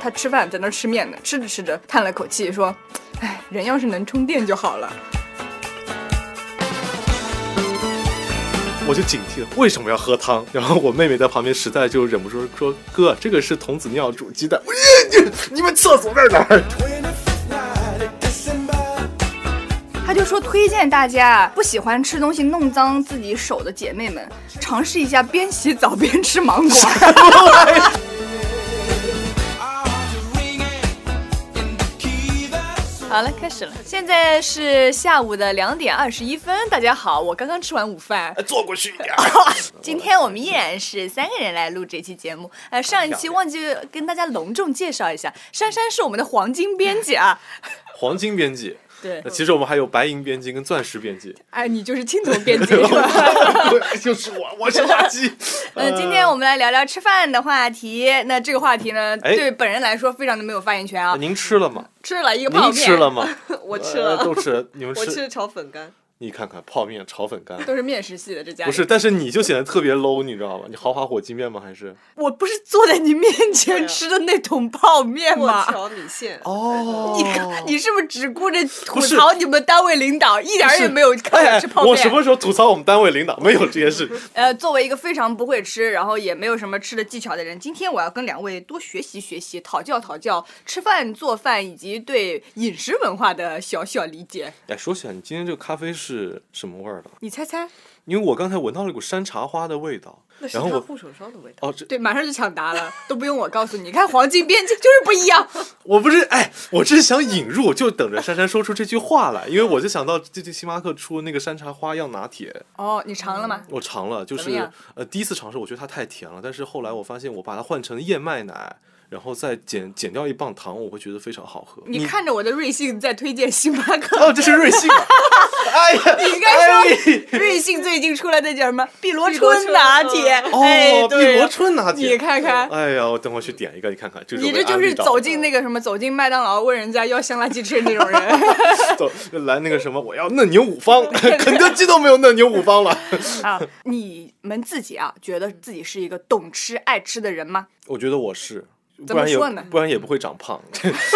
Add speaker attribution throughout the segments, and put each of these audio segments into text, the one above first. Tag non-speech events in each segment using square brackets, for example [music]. Speaker 1: 他吃饭在那儿吃面呢，吃着吃着叹了口气说：“哎，人要是能充电就好了。
Speaker 2: 我就警惕了，为什么要喝汤？然后我妹妹在旁边实在就忍不住说：“哥，这个是童子尿煮鸡蛋。”我说你你们厕所在哪儿？
Speaker 1: 他就说推荐大家不喜欢吃东西弄脏自己手的姐妹们，尝试一下边洗澡边吃芒果。
Speaker 3: 好了，开始了。现在是下午的两点二十一分。大家好，我刚刚吃完午饭。
Speaker 2: [laughs] 坐过去一点。
Speaker 3: 今天我们依然是三个人来录这期节目。呃，上一期忘记跟大家隆重介绍一下，珊珊是我们的黄金编辑啊。
Speaker 2: [laughs] 黄金编辑，
Speaker 3: 对
Speaker 2: 那其实我们还有白银编辑跟钻石编辑。”
Speaker 1: 哎，你就是青铜编辑是吧？
Speaker 2: [laughs] 就是我，我是垃圾。
Speaker 3: 呃，今天我们来聊聊吃饭的话题。那这个话题呢，
Speaker 2: 哎
Speaker 3: 对本人来说非常的没有发言权啊。
Speaker 2: 呃您吃了吗？
Speaker 3: 吃了一个泡
Speaker 2: 您
Speaker 3: 面，
Speaker 2: 吃了吗？
Speaker 4: 我吃
Speaker 2: 呃
Speaker 4: 了，
Speaker 2: 都吃。你们
Speaker 4: 我吃
Speaker 2: 吃？
Speaker 4: 了炒粉干。
Speaker 2: 你看看泡面、炒粉干，
Speaker 3: 都是面食系的这家。
Speaker 2: 不是？，但是你就显得特别 low，你知道吗？你豪华火鸡面吗？还是？
Speaker 1: 我不是坐在你面
Speaker 2: 啊
Speaker 1: 前吃的那桶泡面
Speaker 4: 过
Speaker 1: 吗？
Speaker 4: 桥米线，
Speaker 2: 哦
Speaker 1: 你看，你是不是只顾着
Speaker 2: 不
Speaker 1: 吐
Speaker 2: 是
Speaker 1: 槽你们单位领导，一点儿也没有看
Speaker 2: 哎
Speaker 3: [laughs]
Speaker 1: 我吃泡，面？
Speaker 2: 我什么时候吐槽我们单位领导？没有这件事。
Speaker 3: 呃，作为一个非常不会吃，然后也没有什么吃的技巧的人，今天我要跟两位多学习学习，讨教讨教吃饭、做饭以及对饮食文化的小小理解。
Speaker 2: 哎，说起来，你今天这个咖啡是什么味儿的？
Speaker 3: 你猜猜？
Speaker 2: 因为我刚才闻到了一股山茶花的味道
Speaker 4: 那，是
Speaker 2: 然后
Speaker 4: 他
Speaker 2: 我
Speaker 4: 护手霜的味道。
Speaker 2: 哦，这
Speaker 3: 对，马上就抢答了，都不用我告诉你。看黄金边界就是不一样。
Speaker 2: 我不是哎，我这是想引入，我就等着珊珊说出这句话来，因为我就想到最近星巴克出那个山茶花酿拿铁，
Speaker 3: 哦，你尝了吗？
Speaker 2: 我尝了，就
Speaker 3: 怎么
Speaker 2: 是
Speaker 3: 样
Speaker 2: 呃第一次尝试，我觉得它太甜了，但是后来我发现我把它换成燕麦奶，然后再减减掉一磅糖，我会觉得非常好喝。嗯
Speaker 3: 你看着我的瑞幸在推荐星巴
Speaker 2: [laughs]
Speaker 3: 克，
Speaker 2: 哦，这是瑞
Speaker 3: [laughs]
Speaker 2: 幸啊，哎呀，哎你应
Speaker 3: 该
Speaker 2: 说。
Speaker 3: 瑞幸最近出来的叫什么碧螺
Speaker 4: 碧螺
Speaker 3: 春
Speaker 4: 春
Speaker 3: 拿
Speaker 4: 嗯
Speaker 3: 铁？哎
Speaker 2: 哦，，
Speaker 3: 对
Speaker 2: 碧螺
Speaker 3: 了
Speaker 2: 春拿铁，
Speaker 3: 你看看。
Speaker 2: 哎呀，我等会儿去点一个，你看看，这是
Speaker 3: 你
Speaker 2: 我
Speaker 3: 这
Speaker 2: 被
Speaker 3: 就
Speaker 2: 安利
Speaker 3: 是
Speaker 2: 到嗯
Speaker 3: 走
Speaker 2: [laughs] 的
Speaker 3: 进那个什么，走进麦当劳问人家要香辣鸡翅那种
Speaker 2: [laughs]
Speaker 3: 人
Speaker 2: 走来那个什么，我要嫩牛五 [laughs] 方，肯德基都没有嫩牛五方了。
Speaker 3: 啊！你们自己啊，觉得自己是一个懂吃爱吃的人吗？
Speaker 2: 我觉得我是，
Speaker 3: 怎
Speaker 2: 不
Speaker 3: 么
Speaker 2: 然也
Speaker 3: 说呢
Speaker 2: 不然也不会长胖。
Speaker 3: [laughs]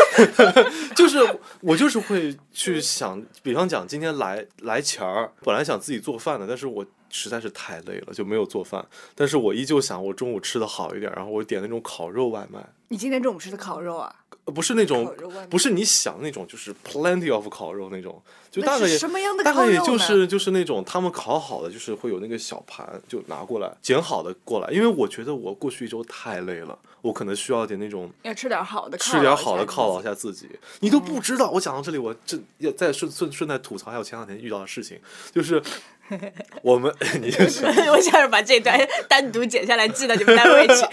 Speaker 2: 就是我就是会去想，比方讲今天来来前儿，本来想自己做饭的，但是我。实在是太累了，就没有做饭。但是我依旧想，我中午吃的好一点，然后我点那种烤肉外卖，
Speaker 3: 你今天中午吃的烤肉啊，
Speaker 2: 呃不是那种
Speaker 4: 烤肉外卖，
Speaker 2: 不是你想那种，就是 plenty of 烤肉那种，就
Speaker 3: 那
Speaker 2: 大概
Speaker 3: 是
Speaker 2: 也
Speaker 3: 什么样的
Speaker 2: 大
Speaker 3: 烤
Speaker 2: 概也
Speaker 3: 肉
Speaker 2: 就
Speaker 3: 呢
Speaker 2: 是就是那种他们烤好的，就是会有那个小盘，就拿过来捡好的过来。因为我觉得我过去一周太累了，我可能需要点那种
Speaker 3: 要吃点好的，
Speaker 2: 吃点好的啊犒
Speaker 3: 烤
Speaker 2: 劳一下自己。你都不知道，我讲到这里，我这要再顺顺顺带吐槽一下我前两天遇到的事情，就是 [laughs] 我们 [laughs] 你就是。
Speaker 3: 我想着把这段单独剪下来寄到你们单位去。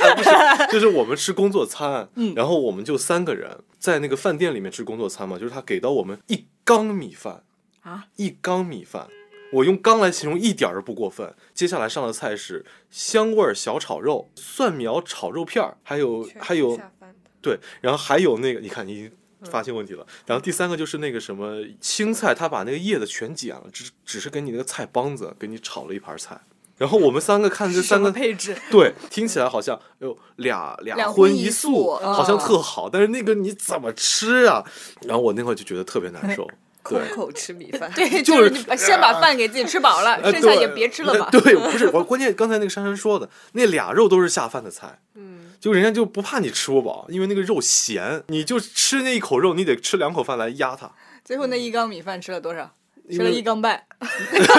Speaker 2: 就是我们吃工作餐，然后我们就三个人在那个饭店里面吃工作餐嘛，就是他给到我们一缸米饭
Speaker 3: 啊，
Speaker 2: 一缸米饭，我用缸来形容一点儿都不过分。接下来上的菜是香味儿小炒肉、蒜苗炒肉片儿，还有还有
Speaker 4: 下饭的嗯
Speaker 2: 对，然后还有那个，你看你已经发现问题了。然后第三个就是那个什么青菜，他把那个叶子全剪了，只只是给你那个菜帮子，给你炒了一盘菜。然后我们三个看这三个
Speaker 3: 配置，
Speaker 2: [laughs] 对，听起来好像有俩俩
Speaker 3: 两
Speaker 2: 荤
Speaker 3: 荤一
Speaker 2: 一
Speaker 3: 素
Speaker 2: 好像
Speaker 3: 啊
Speaker 2: 特好，但是那个你怎么吃啊？然后我那会儿就觉得特别难
Speaker 3: [laughs]
Speaker 2: 受，对
Speaker 4: 空。口吃米饭，
Speaker 2: [laughs]
Speaker 3: 对，
Speaker 2: 就
Speaker 3: 就是
Speaker 2: 是
Speaker 3: 你把先把饭给自己吃饱了，
Speaker 2: 呃
Speaker 3: 剩下
Speaker 2: 对
Speaker 3: 也别吃了吧。
Speaker 2: 呃 [laughs] 对，不是我，关键刚才那个珊珊说的，那俩肉都是下饭的菜，
Speaker 4: 嗯，
Speaker 2: 就人家就不怕你吃不饱，因为那个肉咸，你就吃那一口肉，你得吃两口饭来
Speaker 3: [laughs]
Speaker 2: 压它。
Speaker 3: 最后那一缸米饭吃了多少？吃
Speaker 2: 因
Speaker 3: 了
Speaker 2: 为
Speaker 3: 一缸半，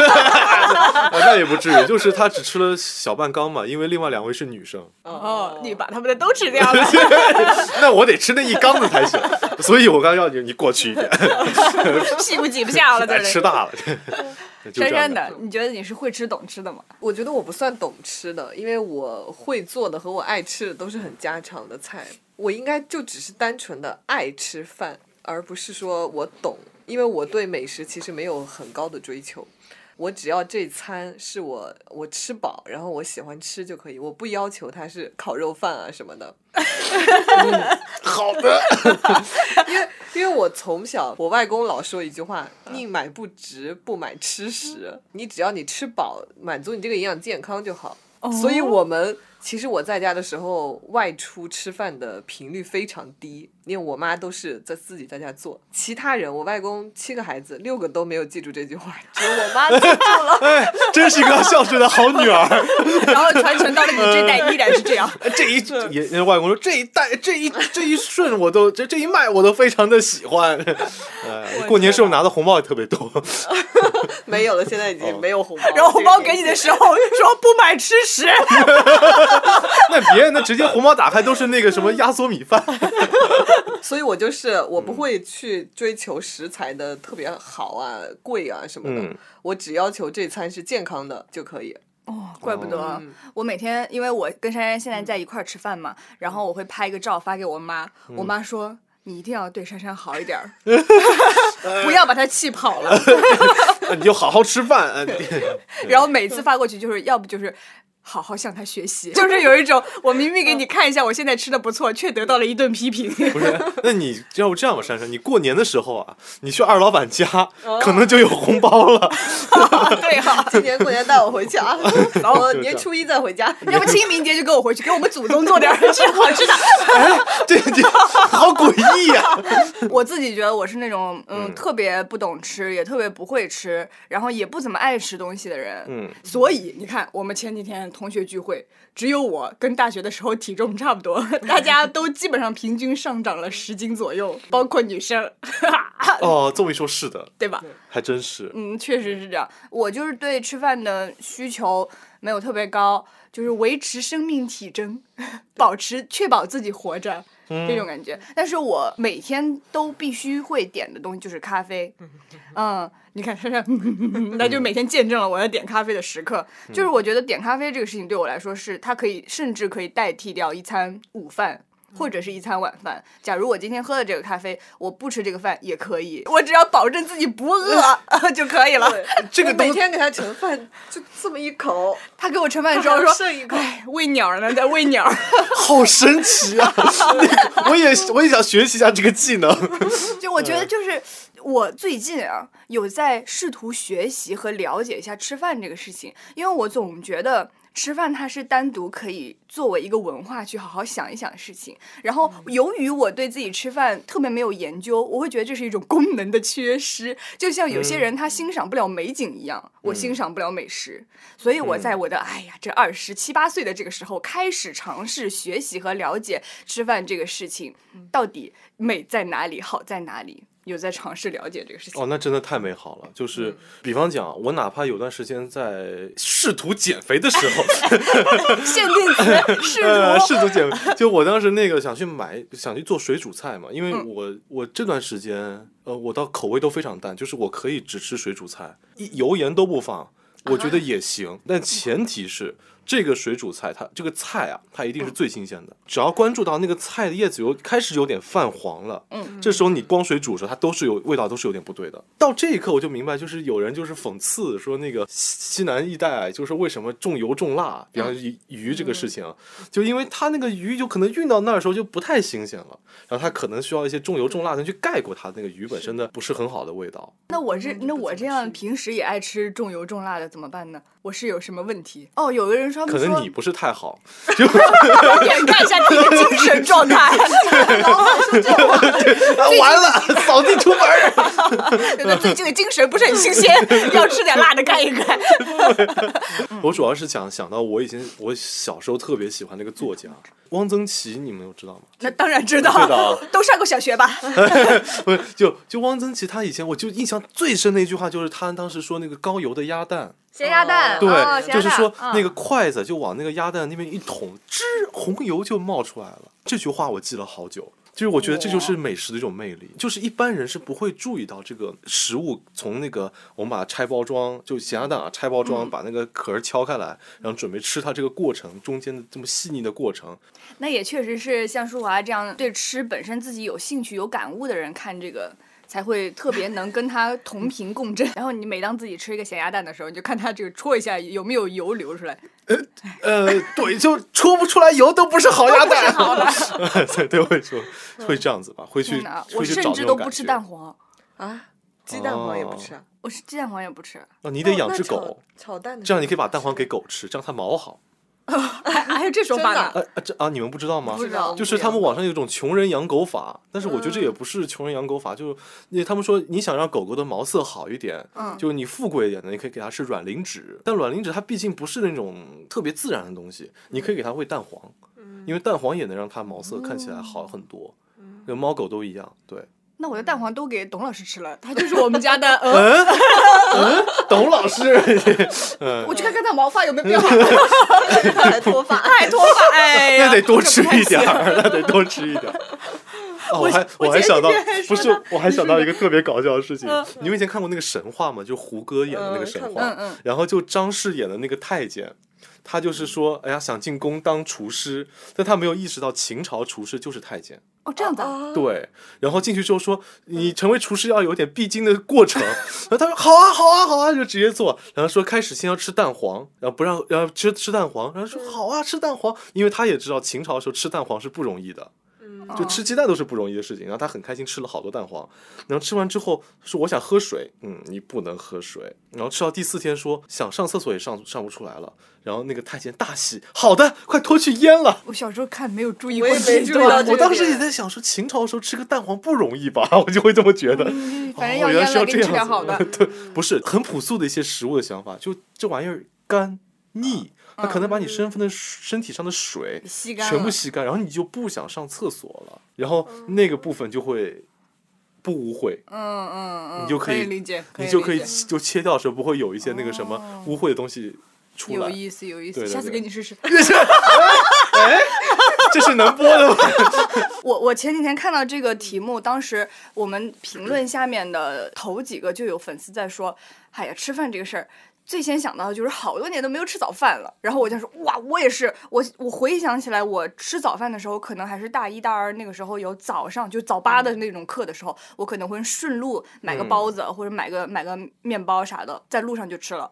Speaker 2: 啊那也不至于，就是她只吃了小半缸嘛，因为另外两位是女生，
Speaker 3: 哦，你把他们的都吃掉
Speaker 2: [laughs]
Speaker 3: 了。
Speaker 2: 那我得吃那一缸子才行， [laughs] 所以我刚要你你过去
Speaker 3: [laughs]
Speaker 2: 一点，
Speaker 3: 屁股挤不下了，在
Speaker 2: [laughs] 哎
Speaker 3: 这
Speaker 2: 吃
Speaker 3: [laughs]
Speaker 2: 大了。就
Speaker 3: 珊
Speaker 2: 这样
Speaker 3: 珊的，你觉得你是会吃懂吃的吗？
Speaker 4: [laughs] 我觉得我不算懂吃的，因为我会做的和我爱吃的都是很家常的菜。我应该就只是单纯的爱吃饭，而不是说我懂，因为我对美食其实没有很高的追求。我只要这餐是我我吃饱，然后我喜欢吃就可以，我不要求它是烤肉饭啊什么的。
Speaker 2: 好的，
Speaker 4: 因为我从小，我外公老说一句话：“宁买不值，不买
Speaker 3: 哦
Speaker 4: 吃食。”你只要你吃饱，满足你这个营养健康就好。所以我们其实我在家的时候，外出吃饭的频率非常低，因为我妈都是在自己在家做。其他人，我外公七个孩子，六个都没有记住这句话，只
Speaker 3: [laughs]
Speaker 4: 有我妈记住了。
Speaker 2: 哎，真是一个孝顺的好女儿。
Speaker 3: 然后传承到了你这
Speaker 2: 呃
Speaker 3: 代依然是 [laughs] 这样。
Speaker 2: [laughs] 这一也也外公说这一代这一这一顺我都这这一脉我都非常的喜欢。 [laughs] 呃，过年时候拿的红包也特别多。 [laughs]
Speaker 4: 没有了，现在已经没有
Speaker 3: [laughs]
Speaker 4: 红包了。
Speaker 3: 哦然后红包给你的时候说不买吃 [laughs] 屎，
Speaker 2: 那别那直接红包打开都是那个什么压缩米饭。
Speaker 4: 所以我就是我
Speaker 3: 嗯
Speaker 4: 不会去追求食材的特别好啊、贵啊什么的，
Speaker 2: 嗯
Speaker 4: 我只要求这餐是健康的就可以。
Speaker 3: 哦，嗯怪不
Speaker 2: 哦
Speaker 3: 得我每天，因为我跟珊珊现在在一块儿吃饭嘛，然后我会拍一个照发给我妈，
Speaker 2: 嗯
Speaker 3: 我妈说。你一定要对珊珊好一点
Speaker 2: [laughs]
Speaker 3: 儿，不要把她气跑了。
Speaker 2: 那你就好好吃饭。呃你
Speaker 3: 然后每次发过去就是，要不就是好好向她学习，就是有一种我明明给你看一下我现在吃的不错，却得到了一顿批评。
Speaker 2: 不是，那你要不这样吧，珊珊，你过年的时候啊，你去二老板家，可能就有红包了。 [laughs]
Speaker 3: 对哈，
Speaker 4: 今年过年带我回去啊，然后年初一再回家。
Speaker 3: 要不清明节就跟我回去，给我们祖宗做点儿吃好吃的。
Speaker 2: 这这好诡异啊呀、
Speaker 3: 我自己觉得我是那种嗯
Speaker 2: 嗯
Speaker 3: 特别不懂吃，也特别不会吃，然后也不怎么爱吃东西的人。
Speaker 2: 嗯，
Speaker 3: 所以你看，我们前几天同学聚会，只有我跟大学的时候体重差不多， [laughs] 大家都基本上平均上涨了十斤左右，包括女生，
Speaker 2: 哦，这么一说，是的，
Speaker 3: 对吧？
Speaker 2: 还真是。
Speaker 3: 嗯，确实是这样。我就是对吃饭的需求没有特别高，就是维持生命体征， [laughs] 保持确保自己活着。这种感觉，但是我每天都必须会点的东西就是咖啡，嗯，你看 [laughs] 珊珊，那就每天见证了我要点咖啡的时刻。就是我觉得点咖啡这个事情对我来说是，它可以甚至可以代替掉一餐午饭。或者是一餐晚饭。假如我今天喝了这个咖啡，我不吃这个饭也可以，我只要保证自己不饿 [laughs] 就可以了。
Speaker 2: 这个
Speaker 4: 我每
Speaker 2: 东
Speaker 4: 天给他盛饭，就这么一
Speaker 2: [laughs]
Speaker 4: 口，
Speaker 3: 他给我盛饭的时
Speaker 4: [laughs] 然
Speaker 3: 候
Speaker 4: 后
Speaker 3: 说
Speaker 4: 剩一口。：“
Speaker 3: 哎，喂鸟儿呢，在喂鸟儿。
Speaker 2: 好神奇 [laughs] 啊！我也我也想学习一下这个技能。”
Speaker 3: 就我觉得就是我最近啊，有在试图学习和了解一下吃饭这个事情，因为我总觉得。吃饭它是单独可以作为一个文化去好好想一想的事情，然后
Speaker 2: 嗯
Speaker 3: 由于我对自己吃饭特别没有研究，我会觉得这是一种功能的缺失，就像有些
Speaker 2: 嗯
Speaker 3: 人他欣赏不了美景一样，我欣赏不了美食，所以我
Speaker 2: 嗯
Speaker 3: 在我的哎呀这二十七八岁的这个时候开始尝试学习和了解吃饭这个事情
Speaker 2: 嗯
Speaker 3: 到底美在哪里，好在哪里，有在尝试了解这个事情。
Speaker 2: 哦，那真的太美好了。就是，比方讲，我哪怕有段时间在试图减肥的时候，
Speaker 3: 限定
Speaker 2: [laughs]
Speaker 3: 词试
Speaker 2: 呃，
Speaker 3: 图
Speaker 2: 试图减肥。就我当时那个想去买，想去做水煮菜嘛，因为
Speaker 3: 嗯
Speaker 2: 我、我这段时间，呃，我到口味都非常淡，就是我可以只吃水煮菜，一油盐都不放，我
Speaker 3: 啊
Speaker 2: 觉得也行，但前提是。这个水煮菜，它这个菜啊，它一定是
Speaker 3: 嗯
Speaker 2: 最新鲜的。只要关注到那个菜的叶子有开始有点泛黄了，嗯，这时候你光水煮的时候，它都是有味道，都是有点不对的。到这一刻我就明白，就是有人就是讽刺说那个西西南一带，啊就是为什么重油重辣，比
Speaker 3: 嗯
Speaker 2: 方鱼鱼这个事情啊，就因为它那个鱼有可能运到那儿的时候就不太新鲜了，然后它可能需要一些重油重辣的去盖过它那个鱼本身的不是很好的味道。
Speaker 3: 那我
Speaker 2: 嗯
Speaker 3: 这那我这样平时也爱吃重油重辣的怎么办呢？我是有什么问题？哦，有个人说，
Speaker 2: 可能
Speaker 3: 说
Speaker 2: 你不是太好，
Speaker 3: 掩盖一下自己的精神状 [laughs] 态，
Speaker 2: 啊完了， [laughs] 扫地出门儿。
Speaker 3: 觉得自己这个精神不是很新鲜， [laughs] 要吃点辣的盖一盖。
Speaker 2: 我主要是想想到我以前我小时候特别喜欢那个作家汪曾祺，你们有知道吗？
Speaker 3: [laughs] 那当然知
Speaker 2: 知道
Speaker 3: 道，都上过小学吧？
Speaker 2: 不是，就就汪曾祺他以前我就印象最深的一句话就是他当时说那个高油的鸭蛋，
Speaker 1: 咸鸭蛋，
Speaker 2: 对，
Speaker 1: 哦咸鸭
Speaker 2: 就是
Speaker 1: 蛋
Speaker 2: 说
Speaker 1: 嗯
Speaker 2: 那个筷子就往那个鸭蛋那边一捅，吱，红油就冒出来了。这句话我记了好久。就是我觉得这就是美食的一种魅力，就是一般人是不会注意到这个食物从那个我们把它拆包装，就咸鸭蛋啊拆
Speaker 3: 嗯
Speaker 2: 包装，把那个壳儿敲开来，然后准备吃它这个过程中间的这么细腻的过程，
Speaker 3: 那也确实是像舒华这样对吃本身自己有兴趣、有感悟的人看这个。才会特别能跟他同频共 [laughs] 振，然后你每当自己吃一个咸鸭蛋的时候，你就看他这个戳一下有没有油流出来，
Speaker 2: 呃，对，就戳不出来油都不是好鸭蛋， [laughs] 对对，会说会这样子吧，会去
Speaker 3: 天哪，啊我
Speaker 2: 会去
Speaker 3: 甚
Speaker 2: 找
Speaker 3: 至
Speaker 2: 那
Speaker 3: 都
Speaker 2: 种
Speaker 3: 不
Speaker 2: 感
Speaker 3: 吃
Speaker 2: 觉。
Speaker 3: 蛋黄，
Speaker 4: 啊，鸡蛋黄也不吃啊，
Speaker 3: 我是鸡蛋黄也不吃。
Speaker 2: 哦哦，你得
Speaker 4: 哦
Speaker 2: 养
Speaker 4: 那
Speaker 2: 只
Speaker 4: 炒
Speaker 2: 狗，
Speaker 4: 炒蛋呢
Speaker 2: 这样你可以把蛋黄给狗吃，这样它毛好。
Speaker 1: 还还有这说法
Speaker 4: 真的
Speaker 1: 呢？
Speaker 2: 啊啊这啊，你们不知道吗？
Speaker 1: 不知道嗯
Speaker 2: 就是他们网上有一种穷人养狗法，但是我觉得这也不是穷人养狗法，就因为他们说你想让狗狗的毛色好一点，
Speaker 3: 嗯
Speaker 2: 就你富贵一点的，你可以给它吃软磷脂，但软磷脂它毕竟不是那种特别自然的东西，你可以给它喂蛋黄，
Speaker 1: 嗯
Speaker 2: 因为蛋黄也能让它毛色看起来好很多，跟猫狗都一样。对， [laughs]
Speaker 3: 那我的蛋黄都给董老师吃了，他就是我们家的
Speaker 4: [laughs]
Speaker 3: 呃，
Speaker 2: 嗯嗯，董老师，
Speaker 3: [laughs]
Speaker 2: 嗯，
Speaker 3: 我去看看他毛发有没有变化， [laughs]
Speaker 4: 来
Speaker 2: [laughs]
Speaker 4: 脱发，
Speaker 1: 太脱发，哎呀，
Speaker 2: 那得多吃一点儿，那得多吃一点
Speaker 3: [laughs]
Speaker 2: 儿。哦，我还
Speaker 3: 我
Speaker 2: 我还
Speaker 3: 前
Speaker 2: 想
Speaker 3: 几
Speaker 2: 到
Speaker 3: 天还，
Speaker 2: 不
Speaker 3: 说
Speaker 2: 是
Speaker 3: 呢，
Speaker 2: 我还想到
Speaker 3: [laughs]
Speaker 2: 一个特别搞笑的事情。你们以前看过那个神话吗？就胡歌演的那个
Speaker 4: 嗯
Speaker 2: 神
Speaker 4: 看过
Speaker 2: 话
Speaker 3: 嗯嗯，
Speaker 2: 然后就张氏演的那个太监，他就是说，哎呀，想进宫当厨师，但他没有意识到秦朝厨师就是太监。
Speaker 3: 哦，这样子啊，
Speaker 2: 对，然后进去之后说，你成为厨师要有点必经的过程。然后他说好啊，好啊，好啊，就直接做。然后说开始先要吃蛋黄，然后不让，然后吃吃蛋黄，然后说好啊，吃蛋黄，因为他也知道秦朝的时候吃蛋黄是不容易的。
Speaker 3: 哦嗯
Speaker 2: 就吃鸡蛋都是不容易的事情，然后他很开心吃了好多蛋黄，然后吃完之后说我想喝水，嗯，你不能喝水，然后吃到第四天说想上厕所也上上不出来了，然后那个太监大喜，好的，快脱去阉了，
Speaker 3: 我小时候看没有注意
Speaker 4: 我
Speaker 3: 过
Speaker 4: 也
Speaker 3: 这
Speaker 4: 没
Speaker 3: 一
Speaker 4: 注意
Speaker 3: 段，
Speaker 4: 到这
Speaker 2: 我
Speaker 4: 个
Speaker 2: 当时也
Speaker 4: 点
Speaker 2: 在想说，秦朝的时候吃个蛋黄不容易吧？ [laughs] 我就会这么觉得。
Speaker 3: 嗯反
Speaker 2: 哦
Speaker 3: 正要
Speaker 2: 原来
Speaker 3: 腌
Speaker 2: 是要
Speaker 3: 了，给
Speaker 2: 这
Speaker 3: 你吃点
Speaker 2: 样子
Speaker 3: 好的。
Speaker 2: [laughs]
Speaker 3: 嗯
Speaker 2: 对，不是很朴素的一些食物的想法，就这玩意儿干腻，它可能把你身份的身体上的水
Speaker 3: 嗯吸干
Speaker 2: 全部
Speaker 3: 了
Speaker 2: 吸干，然后你就不想上厕所了，然后那个部分就会不污秽，
Speaker 3: 嗯嗯 [laughs] 嗯，
Speaker 2: 你就可
Speaker 3: 可
Speaker 2: 以
Speaker 3: 理解，
Speaker 2: 你
Speaker 3: 以
Speaker 2: 就可以
Speaker 3: 理解哦
Speaker 2: 就切掉的时候不会有一些那个什么污秽的东西出
Speaker 3: 有
Speaker 2: 来。
Speaker 3: 意思有意
Speaker 2: 对
Speaker 3: 思，
Speaker 2: 对
Speaker 3: 下次给
Speaker 2: 对
Speaker 3: 你试试。
Speaker 2: 这是能播的吗？
Speaker 3: 我我前几天看到这个题目，当时我们评论下面的头几个就有粉丝在说：“哎呀，吃饭这个事儿。”最先想到的就是好多年都没有吃早饭了，然后我就说哇，我也是，我我回想起来，我吃早饭的时候，可能还是大一大二那个时候有早上就早八的那种课的时候，我可能会顺路买个
Speaker 2: 嗯
Speaker 3: 包子、或者买个买个面包啥的，在路上就吃了。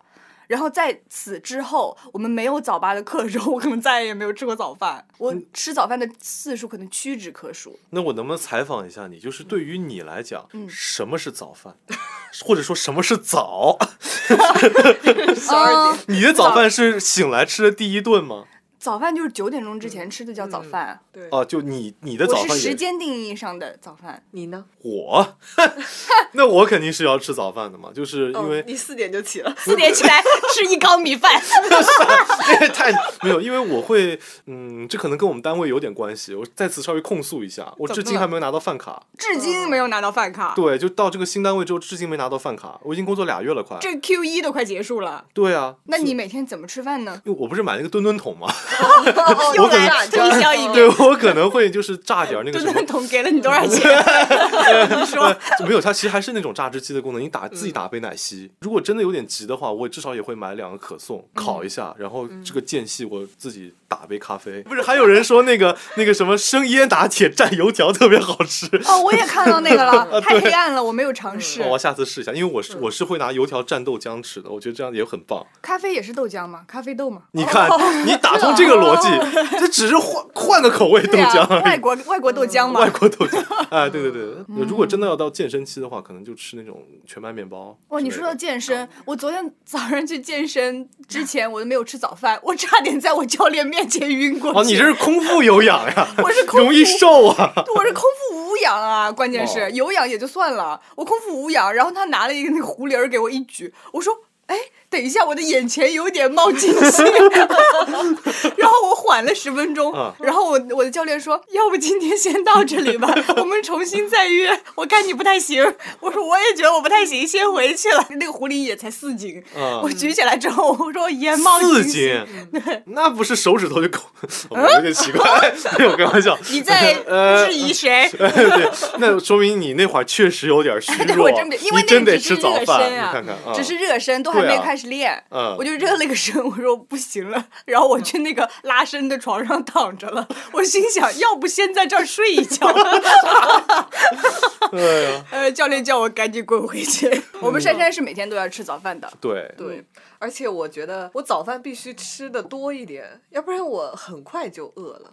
Speaker 3: 然后在此之后，我们没有早八的课的时候，我可能再也没有吃过早饭。我
Speaker 2: 嗯
Speaker 3: 吃早饭的次数可能屈指可数。
Speaker 2: 那我能不能采访一下你？就是对
Speaker 3: 嗯
Speaker 2: 于你来讲，什么是早饭， [laughs] 或者说什么是早？
Speaker 4: 十二点，
Speaker 2: 你的早饭是醒来吃的第一顿吗？
Speaker 3: 早饭就是九点钟之
Speaker 2: 嗯
Speaker 3: 前吃的叫早饭，
Speaker 4: 对，
Speaker 2: 啊，就你你的早
Speaker 3: 我
Speaker 2: 饭
Speaker 3: 是
Speaker 2: 也
Speaker 3: 时间定义上的早
Speaker 2: [laughs]
Speaker 3: 饭。
Speaker 4: 你呢？
Speaker 2: 我， [laughs] 那我肯定是要吃早饭的嘛，就是因为、
Speaker 4: 哦，你四点就起了，
Speaker 3: 四点起来吃一缸米
Speaker 2: [laughs]
Speaker 3: 饭，
Speaker 2: 太没 [laughs] 有，因为我会，嗯，这可能跟我们单位有点关系。我在此稍微控诉一下，我
Speaker 4: 怎
Speaker 2: 至
Speaker 4: 么
Speaker 2: 今
Speaker 4: 了
Speaker 2: 还没有拿到饭卡。
Speaker 3: 至今没有拿到饭卡。
Speaker 2: 对，就到这个新单位之后，至今没拿到饭卡。我已经工作俩月了，快。
Speaker 3: 这 Q 一都快结束了，
Speaker 2: 对啊，
Speaker 3: 那你每天怎么吃饭
Speaker 2: [laughs]
Speaker 3: 呢？
Speaker 2: 因为我不是买那个吨吨桶嘛，
Speaker 4: 又
Speaker 2: 可能
Speaker 4: 来
Speaker 3: 推销一
Speaker 2: 对我可能会就是炸点儿那个
Speaker 3: 炖
Speaker 2: 什
Speaker 3: [laughs] 炖
Speaker 2: 么
Speaker 3: 桶给了你多少钱？ [laughs]
Speaker 2: 就呃没有，它其实还是那种榨汁机的功能，你打自
Speaker 3: 嗯
Speaker 2: 己打杯奶昔。如果真的有点急的话，我至少也会买两个可颂
Speaker 3: 嗯
Speaker 2: 烤一下，然后这个间隙我自己打杯咖啡。不是还有人说那个那个什么生椰拿铁蘸油条特别好吃，
Speaker 3: 哦，我也看到那
Speaker 2: [laughs]
Speaker 3: 个了，
Speaker 2: 啊
Speaker 3: 太黑暗了，我没有尝试
Speaker 2: 哦。我下次试一下，因为我
Speaker 3: 嗯
Speaker 2: 是我是会拿油条蘸豆浆吃的，我觉得这样也很棒。
Speaker 3: 咖啡也是豆浆吗？咖啡豆吗？
Speaker 2: 你看，你打通这个逻辑，这只是换换个口味豆
Speaker 3: 哦对
Speaker 2: 浆
Speaker 3: 啊，
Speaker 2: 而已。
Speaker 3: 外国外国豆浆嘛
Speaker 2: 外。国豆浆，哎，对
Speaker 3: [laughs]
Speaker 2: 对对，如
Speaker 3: 嗯
Speaker 2: 果真的要到健身期的话，可能就吃那种全麦面包之类的。
Speaker 3: 哇，哦你说到健身，我昨天早上去健身之前，我都没有吃早饭，我差点在我教练面前晕过去。
Speaker 2: [laughs] 哦，你这是空腹有氧呀，
Speaker 3: [laughs] 我是空
Speaker 2: 容易
Speaker 3: 腹
Speaker 2: 瘦啊。
Speaker 3: 我是空腹无氧啊，关键
Speaker 2: 哦
Speaker 3: 是有氧也就算了，我空腹无氧，然后他拿了一个那个壶铃儿给我一举，我说。哎，等一下，我的眼前有点冒金星， [laughs] 然后我缓了十分钟，
Speaker 2: 啊
Speaker 3: 然后我我的教练说，要不今天先到这里吧，我们重新再约。我看你不太行，我说我也觉得我不太行，先回去了。那个壶铃也才四斤，
Speaker 2: 啊
Speaker 3: 我举起来之后，我说眼
Speaker 2: [laughs]
Speaker 3: 冒
Speaker 2: 四
Speaker 3: 金星
Speaker 2: 斤，那不是手指头就够，
Speaker 3: [laughs]
Speaker 2: 我有点奇怪， [laughs] 没有开玩笑。
Speaker 3: 嗯你在
Speaker 2: [laughs]
Speaker 3: [laughs]
Speaker 2: 呃
Speaker 3: 质疑谁？
Speaker 2: 对，那说明你那会儿确实有点虚
Speaker 3: [laughs] 对
Speaker 2: 弱，
Speaker 3: 我真没因为那
Speaker 2: 你真
Speaker 3: 个
Speaker 2: 得
Speaker 3: 只是
Speaker 2: 吃早
Speaker 3: 热
Speaker 2: 饭，
Speaker 3: 身啊
Speaker 2: 你看看啊，
Speaker 3: 只是热身，都还
Speaker 2: 对
Speaker 3: 没
Speaker 2: 啊
Speaker 3: 开始练，
Speaker 2: 嗯
Speaker 3: 我就热了个身，我说不行了，然后我去那个拉伸的床上躺着了，我心想，要不先在这儿睡一觉，
Speaker 2: [laughs] 对啊呀，
Speaker 3: 呃，教练叫我赶紧滚回
Speaker 2: [laughs]
Speaker 3: 去。我们珊珊是每天都要吃早饭的，
Speaker 2: 对，
Speaker 4: 对，而且我觉得我早饭必须吃的多一点，要不然我很快就饿了。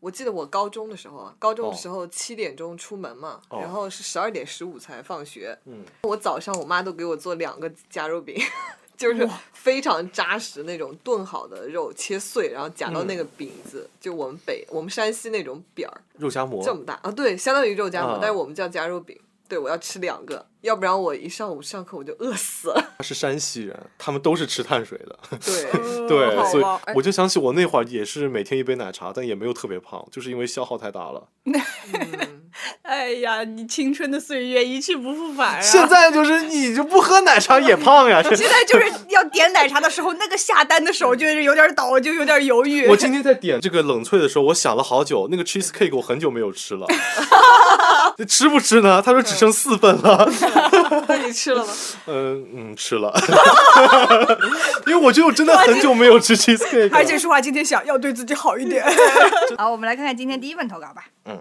Speaker 4: 我记得我高中的时候啊，高中的时候七点钟出门嘛，
Speaker 2: 哦
Speaker 4: 然后是十二点十五才放学。
Speaker 2: 嗯，
Speaker 4: 我早上我妈都给我做两个夹肉饼， [laughs] 就是非常扎实那种炖好的肉切碎，然后夹到
Speaker 2: 嗯
Speaker 4: 那个饼子，就我们北我们山西那种饼儿
Speaker 2: 肉夹馍
Speaker 4: 这么大啊，对，相当于肉夹馍，
Speaker 2: 啊
Speaker 4: 但是我们叫夹肉饼。对，我要吃两个，要不然我一上午上课我就饿死了。 [laughs]
Speaker 2: 他是山西人，他们都是吃碳水的， [laughs]
Speaker 4: 对，
Speaker 3: 嗯
Speaker 2: 对，
Speaker 5: 好
Speaker 2: 所以
Speaker 3: 啊
Speaker 5: 吧哎
Speaker 2: 我就想起我那会儿也是每天一杯奶茶，但也没有特别胖，就是因为消耗太大了。
Speaker 3: 哎呀，你青春的岁月一去不复返啊！
Speaker 2: 现在就是你就不喝奶茶也胖
Speaker 3: [laughs]
Speaker 2: 呀，
Speaker 3: 现在就是要点奶茶的时候，那个下单的手就是有点抖，就有点犹 [laughs] 豫。
Speaker 2: 我今天在点这个冷萃的时候，我想了好久，那个 cheese cake 我很久没有吃了， [laughs] 吃不吃呢？他说只剩四份了， [laughs]
Speaker 4: 那你吃了吗？
Speaker 2: 嗯嗯，吃了， [laughs] 因为我觉得我真的很久没有吃 cheese cake
Speaker 3: 而且
Speaker 2: 了。
Speaker 3: 说话今天想要对自己好一点。
Speaker 1: [laughs] 好，我们来看看今天第一份投稿吧。
Speaker 2: 嗯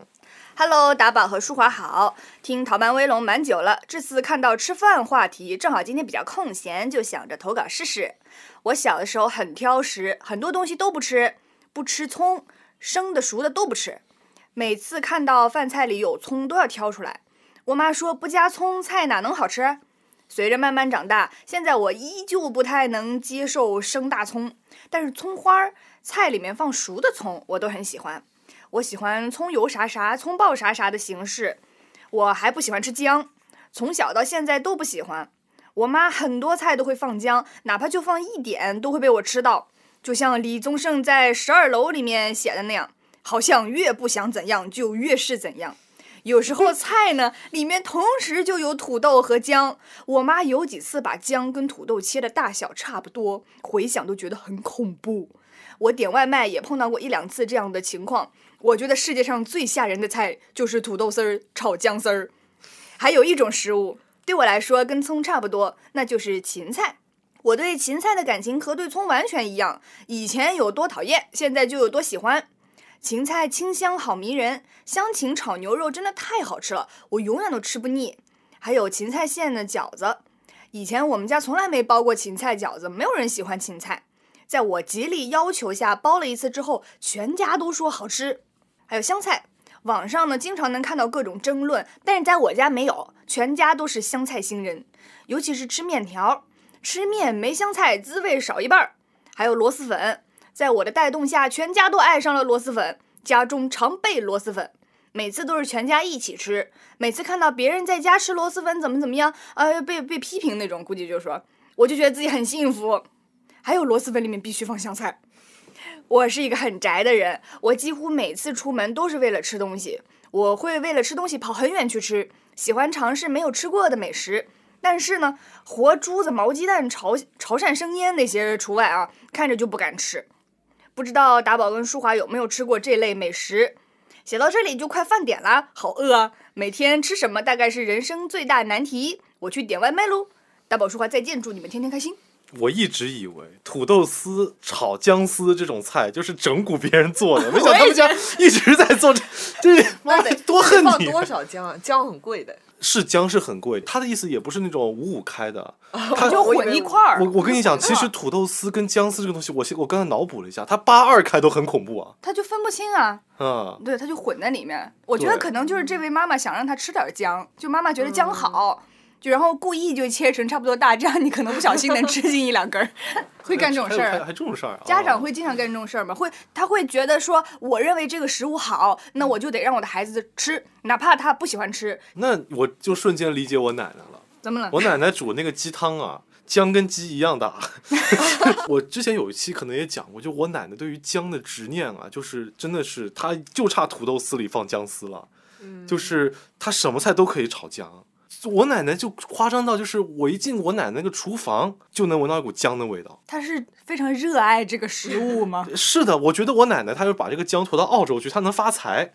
Speaker 1: ，Hello，打宝和舒华好，听《逃班威龙》蛮久了，这次看到吃饭话题，正好今天比较空闲，就想着投稿试试。我小的时候很挑食，很多东西都不吃，不吃葱，生的熟的都不吃。每次看到饭菜里有葱都要挑出来，我妈说不加葱菜哪能好吃？随着慢慢长大，现在我依旧不太能接受生大葱，但是葱花儿、菜里面放熟的葱我都很喜欢。我喜欢葱油啥啥、葱爆啥啥的形式。我还不喜欢吃姜，从小到现在都不喜欢。我妈很多菜都会放姜，哪怕就放一点，都会被我吃到。就像李宗盛在《十二楼》里面写的那样，好像越不想怎样，就越是怎样。有时候菜呢，里面同时就有土豆和姜。我妈有几次把姜跟土豆切的大小差不多，回想都觉得很恐怖。我点外卖也碰到过一两次这样的情况。我觉得世界上最吓人的菜就是土豆丝儿炒姜丝儿。还有一种食物，对我来说跟葱差不多，那就是芹菜。我对芹菜的感情和对葱完全一样，以前有多讨厌，现在就有多喜欢。芹菜清香好迷人，香芹炒牛肉真的太好吃了，我永远都吃不腻。还有芹菜馅的饺子，以前我们家从来没包过芹菜饺子，没有人喜欢芹菜。在我极力要求下包了一次之后，全家都说好吃。还有香菜，网上呢经常能看到各种争论，但是在我家没有，全家都是香菜星人，尤其是吃面条，吃面没香菜滋味少一半儿。还有螺蛳粉，在我的带动下，全家都爱上了螺蛳粉，家中常备螺蛳粉。每次都是全家一起吃，每次看到别人在家吃螺蛳粉怎么怎么样，呃，被被批评那种，估计就说，我就觉得自己很幸福。还有螺蛳粉里面必须放香菜。我是一个很宅的人，我几乎每次出门都是为了吃东西。我会为了吃东西跑很远去吃，喜欢尝试没有吃过的美食。但是呢，活珠子、毛鸡蛋、潮潮汕生腌那些除外啊，看着就不敢吃。不知道打宝跟舒华有没有吃过这类美食？写到这里就快饭点啦，好饿啊！每天吃什么大概是人生最大难题。我去点外卖喽。打宝舒华再见，祝你们天天开心。
Speaker 2: 我一直以为土豆丝炒姜丝这种菜就是整蛊别人做的，没想到他们家一直在做这，这妈
Speaker 4: 那
Speaker 2: 的
Speaker 4: 得
Speaker 2: 多恨
Speaker 4: 放
Speaker 2: 你！
Speaker 4: 多少姜啊？姜很贵的。
Speaker 2: 是姜是很贵，他的意思也不是那种五五开的，他
Speaker 5: 就混一块儿嗯
Speaker 2: 我。我跟你讲，其实土豆丝跟姜丝这个东西，我现我刚才脑补了一下，它八二开都很恐怖啊，
Speaker 5: 他就分不清啊，
Speaker 2: 啊，
Speaker 5: 对，他就混在里面。我觉得
Speaker 2: 对
Speaker 5: 可能就是这位妈妈想让他吃点姜，就妈妈觉得姜好，就然后故意就切成差不多大，这样你可能不小心能吃进一两 [laughs] 根儿，会干这种事
Speaker 2: 还有还
Speaker 5: 儿。
Speaker 2: 还这种事儿啊，
Speaker 5: 家长会经常干这种事儿吗？会，他会觉得说，我认为这个食物好，那我就得让我的孩子吃，哪怕他不喜欢吃。
Speaker 2: 那我就瞬间理解我奶奶了。
Speaker 5: 怎么了？
Speaker 2: 我奶奶煮那个鸡汤啊，姜跟鸡一样大。 [laughs] 我之前有一期可能也讲过，就我奶奶对于姜的执念啊，就是真的是她就差土豆丝里放姜丝了，
Speaker 5: 嗯
Speaker 2: 就是她什么菜都可以炒姜。我奶奶就夸张到，就是我一进我奶奶那个厨房，就能闻到一股姜的味道。
Speaker 5: 他是非常热爱这个食物
Speaker 2: [laughs]
Speaker 5: 吗？
Speaker 2: 是的，我觉得我奶奶她要把这个姜驮到澳洲去，她能发财。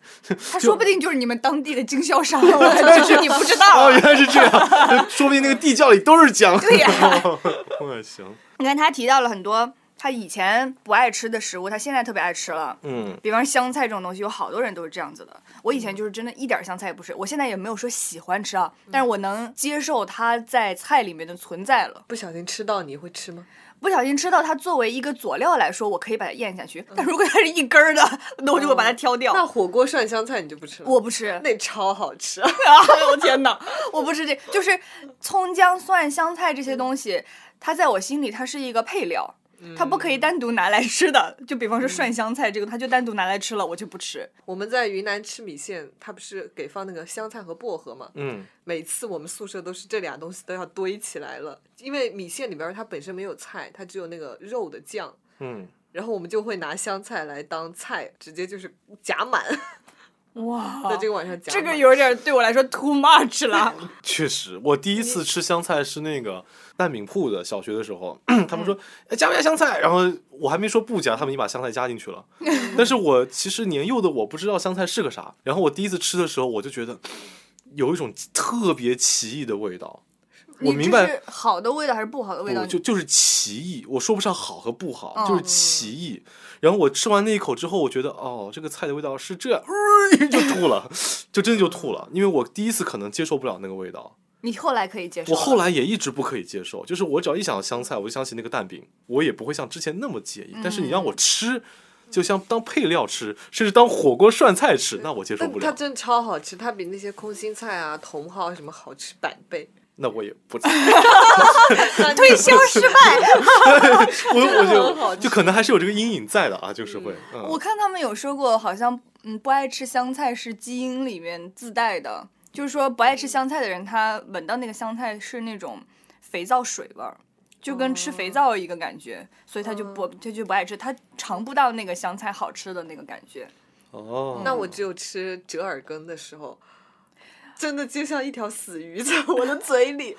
Speaker 5: 他说不定就是你们当地的经销商，只是你不知道。啊
Speaker 2: 哦，原来是这样， [laughs] 说不定那个地窖里都是姜。对 [laughs] 呀、嗯，行，
Speaker 5: [laughs] 你看他提到了很多他以前不爱吃的食物，他现在特别爱吃了。
Speaker 2: 嗯，
Speaker 5: 比方香菜这种东西，有好多人都是这样子的。我以前就是真的一点儿香菜也不吃，我现在也没有说喜欢吃
Speaker 2: 嗯
Speaker 5: 啊，但是我能接受它在菜里面的存在了。
Speaker 4: 不小心吃到你会吃吗？
Speaker 1: 不小心吃到它作为一个佐料来说，我可以把它咽下去。
Speaker 2: 嗯
Speaker 1: 但如果它是一根儿的，那我就会把它挑掉。
Speaker 4: 那火锅涮香菜你就不吃了？
Speaker 1: 我不吃，
Speaker 4: 那超好吃，啊
Speaker 1: 我
Speaker 3: [laughs]
Speaker 1: 天哪，我不吃这，就是葱姜蒜香菜这些东西，它在我心里它是一个配料，
Speaker 2: 嗯
Speaker 1: 它不可以单独拿来吃的。就比方说涮香菜这个，它就单独拿来吃了，我就不吃。
Speaker 4: [laughs] 我们在云南吃米线，它不是给放那个香菜和薄荷嘛？
Speaker 2: 嗯，
Speaker 4: 每次我们宿舍都是这俩东西都要堆起来了，因为米线里边儿它本身没有菜，它只有那个肉的酱，
Speaker 2: 嗯，
Speaker 4: 然后我们就会拿香菜来当菜，直接就是夹满，在
Speaker 3: 哇，
Speaker 4: 这个碗上夹满。
Speaker 3: 这个有点对我来说 too much 了。
Speaker 2: 确实，我第一次吃香菜是那个蛋饼铺的，小学的时候， [clears throat] 他们
Speaker 5: 嗯
Speaker 2: 说、哎加不加香菜，然后我还没说不加，他们已经把香菜加进去
Speaker 5: [laughs]
Speaker 2: 了。但是我其实年幼的我不知道香菜是个啥，然后我第一次吃的时候，我就觉得有一种特别奇异的味道。我明白，
Speaker 1: 是好的味道还是不好的味道
Speaker 2: 不？就就是奇异，我说不上好和不好，就是奇异。然后我吃完那一口之后，我觉得哦，这个菜的味道是这样，呃就吐了，就真的就吐了，因为我第一次可能接受不了那个味道，
Speaker 1: 你后来可以接受
Speaker 2: 我
Speaker 1: 了。
Speaker 2: 后来也一直不可以接受，就是我只要一想到香菜，我就想起那个蛋饼，我也不会像之前那么介意。但是你让我吃，就像当配料吃，甚至当火锅涮菜吃，那我接受
Speaker 4: 但
Speaker 2: 不
Speaker 4: 它
Speaker 2: 了，
Speaker 4: 真的超好吃，它比那些空心菜啊、茼蒿什么好吃百倍。
Speaker 2: 那我也不，
Speaker 1: [laughs]
Speaker 4: 推
Speaker 1: 销失败。
Speaker 2: 我
Speaker 4: 的很
Speaker 2: 我
Speaker 4: 好
Speaker 2: 就就可能还是有这个阴影在的啊，就是会，嗯
Speaker 1: 我看他们有说过，好像嗯不爱吃香菜是基因里面自带的，就是说不爱吃香菜的人，他闻到那个香菜是那种肥皂水味儿。就跟吃肥皂一个感觉，所以他就不、他就不爱吃，他尝不到那个香菜好吃的那个感觉。
Speaker 2: 哦，
Speaker 4: 那
Speaker 1: 嗯
Speaker 4: 我只有吃折耳根的时候，真的就像一条死鱼在我的嘴里。 [laughs]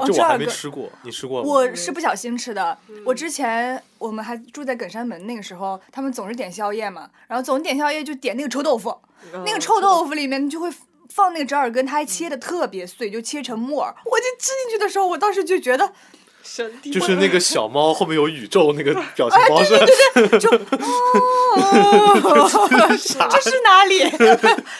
Speaker 1: 哦，
Speaker 2: 这
Speaker 1: 这
Speaker 2: 我还
Speaker 1: 二
Speaker 2: 没
Speaker 1: 个
Speaker 2: 吃过，你吃过吗？
Speaker 1: 我是不小心吃的。
Speaker 4: 嗯
Speaker 1: 我之前我们还住在耿山门那个时候，他们总是点宵夜嘛，然后总点宵夜就点那个臭豆腐，
Speaker 4: 嗯
Speaker 1: 那个臭豆腐里面就会放那个折耳根，它还切的特别碎，就切成末儿。我就吃进去的时候，我当时就觉得，
Speaker 4: 身
Speaker 2: [laughs]
Speaker 4: 体
Speaker 2: 就是那个小猫后面有宇宙那个表情包是
Speaker 1: 哦，这是哪里？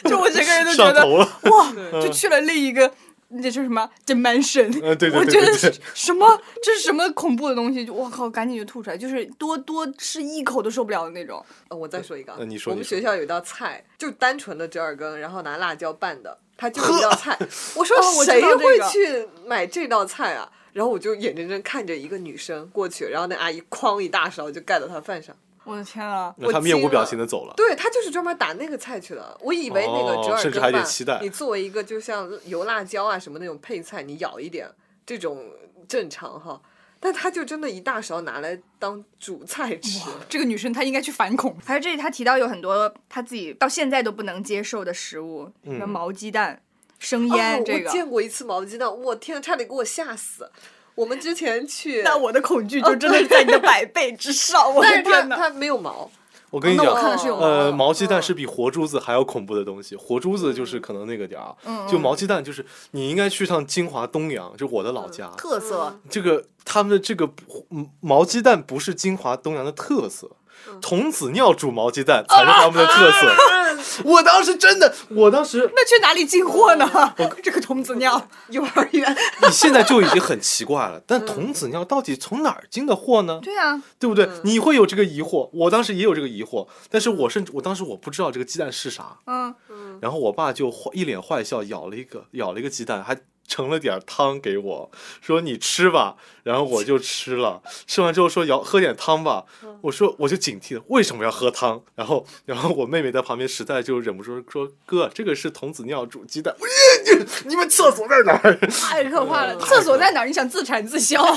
Speaker 1: 就我整个人都觉
Speaker 2: 上
Speaker 1: 得
Speaker 2: 头了，
Speaker 1: 哇，
Speaker 4: 对
Speaker 1: 就去了另一个。那是什么 dimension？
Speaker 2: 嗯对对
Speaker 1: 我
Speaker 2: 对
Speaker 1: 觉得
Speaker 2: 对对
Speaker 1: 是什么这是什么恐怖的东西？就我靠，赶紧就吐出来，就是多多吃一口都受不了的那种。
Speaker 4: 呃，我再说一个啊，
Speaker 2: 呃你说
Speaker 4: 我
Speaker 2: 你说
Speaker 4: 们学校有一道菜，就单纯的折耳根，然后拿辣椒拌的，它就是一道菜。我说
Speaker 1: 哦我知
Speaker 4: 谁
Speaker 1: 道这
Speaker 4: 会
Speaker 1: 个
Speaker 4: 去买这道菜啊？然后我就眼睁睁看着一个女生过去，然后那阿姨哐一大勺就盖到她饭上。
Speaker 1: 我的天啊！
Speaker 2: 然后它
Speaker 4: 我
Speaker 2: 面
Speaker 4: 惊
Speaker 2: 无表
Speaker 4: 了
Speaker 2: 情的走了。
Speaker 4: 对她就是专门打那个菜去的。我以为那个折
Speaker 2: 哦
Speaker 4: 耳
Speaker 2: 甚至
Speaker 4: 根
Speaker 2: 还有
Speaker 4: 饭，
Speaker 2: 点期待
Speaker 4: 你作为一个就像油辣椒啊什么那种配菜，你舀一点这种正常哈。但她就真的一大勺拿来当主菜吃，
Speaker 1: 这个女生她应该去反恐。还有这里她提到有很多她自己到现在都不能接受的食物，什么毛鸡蛋、生
Speaker 4: 嗯哦
Speaker 1: 腌这个
Speaker 4: 我。见过一次毛鸡蛋，我天，差点给我吓死！我们之前去，
Speaker 3: 但我的恐惧就真的在你的百倍之上，我
Speaker 4: 但
Speaker 3: 的
Speaker 4: 是它
Speaker 3: 天哪！
Speaker 4: 它没有毛，哦
Speaker 2: 我跟你
Speaker 1: 那
Speaker 2: 讲
Speaker 1: 我，看的是有哦
Speaker 2: 呃，
Speaker 1: 毛的。
Speaker 2: 毛鸡蛋是比活珠子还要恐怖的东西。活珠子就是可能那个点儿
Speaker 1: 嗯
Speaker 2: 啊，就毛鸡蛋就是你应该去趟金华东阳，就我的老家。
Speaker 1: 特
Speaker 4: 呃
Speaker 1: 色，
Speaker 2: 这个他们的这个嗯毛鸡蛋不是金华东阳的特色，
Speaker 1: 嗯
Speaker 2: 童子尿煮毛鸡蛋才是他们的特
Speaker 1: [laughs] 嗯
Speaker 2: 色。我当时真的，我当时
Speaker 3: 那去哪里进货呢？ [laughs] 这个童子尿，幼儿园
Speaker 2: 你现在就已经很奇怪了，
Speaker 1: 嗯
Speaker 2: 但童子尿到底从哪儿进的货呢？
Speaker 1: 对啊，
Speaker 2: 对不对？你会有这个疑惑，我当时也有这个疑惑，但是我甚至我当时我不知道这个鸡蛋是啥，
Speaker 1: 嗯，
Speaker 2: 然后我爸就坏一脸坏笑，咬了一个咬了一个鸡蛋，还盛了点儿汤给我，说你吃吧，然后我就吃了，吃完之后说要喝点汤吧，我说我就警惕了，为什么要喝汤？然后然后我妹妹在旁边实在就忍不住说哥，这个是童子尿煮鸡蛋，我说你你们厕所在哪儿？
Speaker 3: 太可怕了。
Speaker 1: 厕所在哪儿？你想自产自销？
Speaker 3: 啊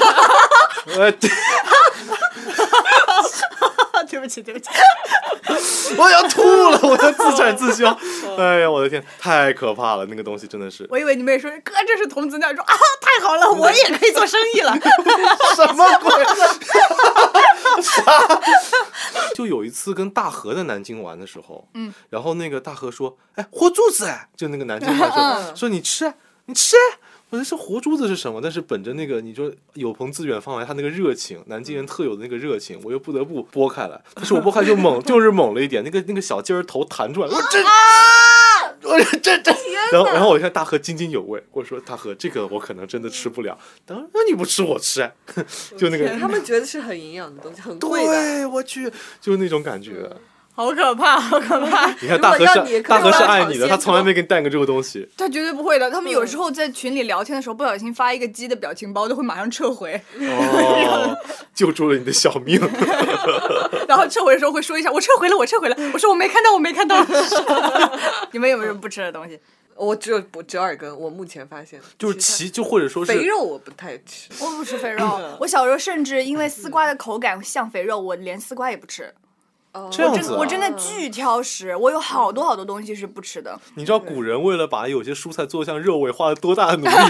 Speaker 2: 呃，对
Speaker 3: [laughs] 对不起，对不起，
Speaker 2: 我要吐了，我要自产自销，哎呀，我的天，太可怕了，那个东西真的是
Speaker 3: 我以为你们也说哥这是童子尿，说啊太好了，我也可以做生意了。
Speaker 2: 什么鬼？就有一次跟大河在南京玩的时候，嗯，啊
Speaker 4: 嗯
Speaker 2: 然后那个大河说：“哎，活柱子哎！”就那个南京话说：“说你吃，你吃。”我在说活珠子是什么？但是本着那个你说有朋自远方来，他那个热情，南京人特有的那个热情，我又不得不拨开来。但是我拨开就猛，就是猛了一点，那个那个小鸡儿头弹出来，我说这，
Speaker 4: 啊
Speaker 2: 我说这这，然后然后我一看大河津津有味，我说大河这个我可能真的吃不了，他说那你不吃我吃，啊 [laughs] 就那个
Speaker 4: [laughs] 他们觉得是很营养的东西，很贵的。
Speaker 2: 对，我去，就是那种感觉。
Speaker 6: 好可怕，好可怕！
Speaker 2: 你看
Speaker 4: 如
Speaker 2: 大
Speaker 4: 果
Speaker 2: 河
Speaker 4: 要
Speaker 2: 是
Speaker 4: 你
Speaker 2: 大
Speaker 4: 可
Speaker 2: 河
Speaker 4: 以
Speaker 2: 是
Speaker 4: 让
Speaker 2: 爱
Speaker 4: 我
Speaker 2: 你的，
Speaker 4: 先
Speaker 2: 他从来
Speaker 4: 做
Speaker 2: 没给你带过这个东西。
Speaker 1: [laughs] 他绝对不会的。他们有时候在群里聊天的时候，不小心发一个鸡的表情包，都会马上撤回，
Speaker 2: 哦， [laughs] 救出了你的小命。
Speaker 1: 然后撤回的时候会说一下：“我撤回了，我撤回了。”我说：“我没看到，我没看到。” [laughs] 你们有没有不吃的东西？
Speaker 4: 我只有我折耳根，我目前发现的
Speaker 2: [laughs] 就是
Speaker 4: 其
Speaker 2: 其就或者说
Speaker 4: 他肥
Speaker 2: 是
Speaker 4: 肉我不太吃，
Speaker 1: 我不吃肥肉，我小时候甚至因为丝瓜的口感像肥肉，我连丝瓜也不吃。
Speaker 4: 哦
Speaker 2: 这样
Speaker 1: 真
Speaker 2: 子啊
Speaker 1: 我真的巨挑食，我有好多好多东西是不吃的。
Speaker 2: 你知道古人为了把有些蔬菜做得像肉味花了多大的努力吗？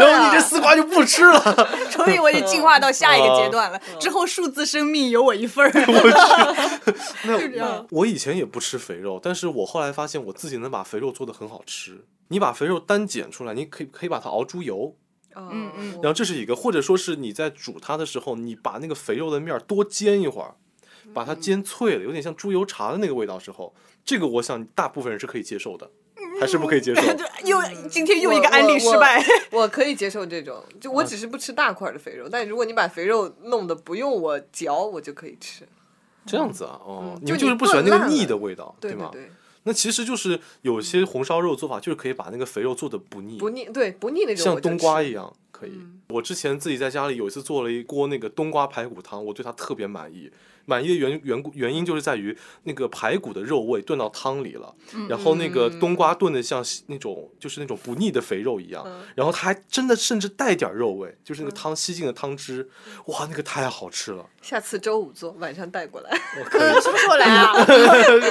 Speaker 2: 然后你这丝瓜就不吃了， [laughs]
Speaker 1: 所以我就进化到下一个阶段了。之后数字生命有我一份儿。
Speaker 2: 那我以前也不吃肥肉，但是我后来发现我自己能把肥肉做得很好吃。你把肥肉单剪出来，你可以可以把它熬猪油，
Speaker 4: 嗯
Speaker 1: 嗯
Speaker 2: 然后这是一个，或者说是你在煮它的时候，你把那个肥肉的面儿多煎一会儿，把
Speaker 4: 嗯
Speaker 2: 它煎脆了，有点像猪油茶的那个味道时候，这个我想大部分人是可以接受的，
Speaker 4: 嗯
Speaker 2: 还是不可以接
Speaker 4: [laughs]
Speaker 2: 受？
Speaker 1: 又今天又一个案例失败。
Speaker 4: 我我可以接受这种，就
Speaker 2: 啊
Speaker 4: 我只是不吃大块的肥肉，但如果你把肥肉弄得不用我嚼，我就可以吃。
Speaker 2: 这样子啊，哦，
Speaker 4: 嗯
Speaker 2: 你们
Speaker 4: 就
Speaker 2: 就
Speaker 4: 你
Speaker 2: 是不喜欢那
Speaker 4: 炖
Speaker 2: 个
Speaker 4: 烂
Speaker 2: 腻
Speaker 4: 了
Speaker 2: 的味道，
Speaker 4: 对
Speaker 2: 吗？
Speaker 4: 对，
Speaker 2: 那其实就是有些红烧肉做法，就是可以把那个肥肉做的不腻，
Speaker 4: 不腻，对不腻那种
Speaker 2: 像
Speaker 4: 我就
Speaker 2: 冬瓜
Speaker 4: 吃
Speaker 2: 一样可以。我之前自己在家里有一次做了一锅那个冬瓜排骨汤，我对它特别满意。满意的原原故原因就是在于那个排骨的肉味炖到汤里了，然后那个冬瓜炖的像那种就是那种不腻的肥肉一样，然后它还真的甚至带点肉味，就是那个汤吸进了汤汁，哇，那个太好吃了， [laughs]
Speaker 4: 下次周五做，晚上带过来。
Speaker 2: 我可以
Speaker 1: 说不出来啊！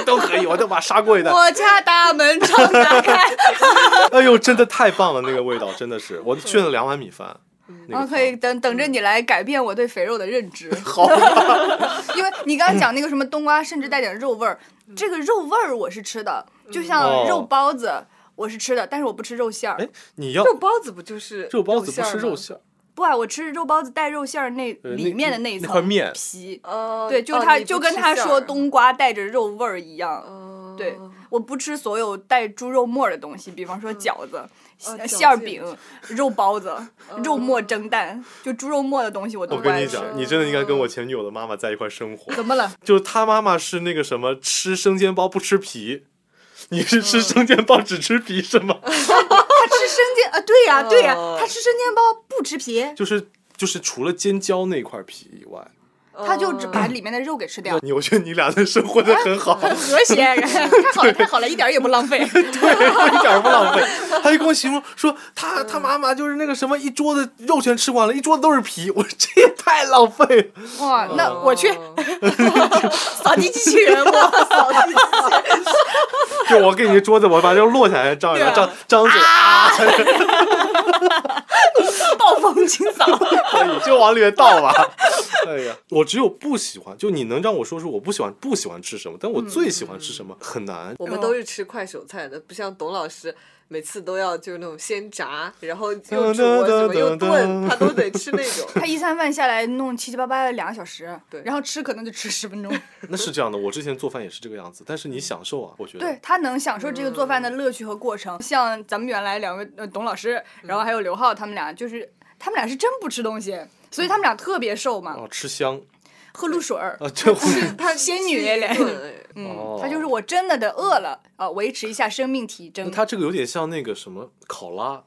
Speaker 2: 都可以，我都把砂锅里的，
Speaker 1: [laughs] 我家大门常打开。
Speaker 2: 哎呦，真的太棒了，那个味道真的是，我炫了两碗米饭。那
Speaker 1: 然后
Speaker 2: 个
Speaker 1: 哦可以
Speaker 2: 汤，
Speaker 1: 等等着你来改变我对肥肉的认知，
Speaker 2: 好啊吧，
Speaker 1: 因为你刚刚讲那个什么冬瓜，甚至带点肉味儿，这个肉味儿我是吃的，就像
Speaker 2: 哦
Speaker 1: 肉包子我是吃的，但是我不吃肉馅儿
Speaker 2: 哎。你要
Speaker 4: 肉包子不就是
Speaker 2: 肉包子不吃
Speaker 4: 肉
Speaker 2: 肉
Speaker 4: 馅
Speaker 2: 馅儿，
Speaker 1: 不啊，我吃肉包子带肉馅儿那
Speaker 2: 呃那
Speaker 1: 里面的一
Speaker 2: 那
Speaker 1: 层
Speaker 2: 块面
Speaker 1: 皮。
Speaker 4: 儿吗？哦，
Speaker 1: 对，就
Speaker 4: 哦
Speaker 1: 他
Speaker 4: 你不
Speaker 1: 就跟
Speaker 4: 吃
Speaker 1: 他
Speaker 4: 馅
Speaker 1: 说
Speaker 4: 儿
Speaker 1: 冬瓜带着肉味儿一样，
Speaker 4: 哦
Speaker 1: 对我不吃所有带猪肉末儿的东西，比方说饺子、
Speaker 4: 哦
Speaker 1: 馅
Speaker 4: 饺
Speaker 1: 呃馅儿
Speaker 4: 子也
Speaker 1: 饼、 [laughs] 肉包子、肉末蒸蛋，就猪肉末的东西我都
Speaker 2: 我
Speaker 1: 不
Speaker 2: 跟
Speaker 1: 爱
Speaker 2: 你
Speaker 1: 吃。
Speaker 2: 讲，你真的应该跟我前女友的妈妈在一块生活。
Speaker 1: 嗯怎么了？
Speaker 2: 就是她妈妈是那个什么，吃生煎包不吃皮，你是
Speaker 1: 嗯
Speaker 2: 吃生煎包只吃皮是吗？
Speaker 1: [laughs]
Speaker 2: [laughs]
Speaker 1: 他吃生煎啊？对呀、对呀、
Speaker 4: 哦
Speaker 1: 他吃生煎包不吃皮，
Speaker 2: 就是就是除了尖椒那块皮以外，
Speaker 1: 他就只把里面的肉给吃掉，
Speaker 2: 你我觉得你俩的生活的很好，
Speaker 1: [laughs] 和谐，太好了，太好了，一点儿也不浪费。
Speaker 2: [laughs] 对，一点儿不浪费。她就跟我形容说，她
Speaker 1: 嗯
Speaker 2: 她妈妈就是那个什么，一桌子肉全吃完了，一桌子都是皮， [laughs] 我说这也太浪费了。
Speaker 1: 哇，那
Speaker 4: 哦 [laughs]
Speaker 1: 我去扫地机器人， [laughs] 我扫地机器人。
Speaker 2: 就我给你桌子，我把肉落下来，张一张张张嘴啊，
Speaker 1: 暴风清扫。
Speaker 2: [laughs] 可以哎就往里面倒吧。哎呀， [laughs] 我只有不喜欢，就你能让我说出我不喜欢不喜欢吃什么，但我最喜欢吃什
Speaker 1: 嗯
Speaker 2: 么很难。
Speaker 4: [laughs] 我们都是吃快手菜的，不像董老师每次都要就是那种先炸，然后又煮啊什么又炖，他都得吃那种。
Speaker 1: 他一餐饭下来弄七七八八的两个小时，
Speaker 4: 对
Speaker 1: 然后吃可能就吃十分钟。
Speaker 2: 那是这样的，我之前做饭也是这个样子，但是你享受啊，我觉
Speaker 1: 对
Speaker 2: 得。
Speaker 1: 他能享受这个做饭的乐趣和过程，像咱们原来两位呃董老师，然后还有刘浩他们俩，就是他们俩是真不吃东西，所以他们俩特别瘦嘛，
Speaker 2: 啊，吃香
Speaker 1: 喝露水儿。
Speaker 2: 啊，这会
Speaker 4: 他
Speaker 1: 仙 [laughs] 女
Speaker 4: 吃
Speaker 1: 也
Speaker 2: [laughs]
Speaker 4: 一
Speaker 1: 连
Speaker 4: 顿哎
Speaker 2: 哦
Speaker 1: 嗯，他就是我真的的饿了
Speaker 3: 呃
Speaker 1: 啊，维持一下生命体征。
Speaker 2: 它这个有点像那个什么考拉，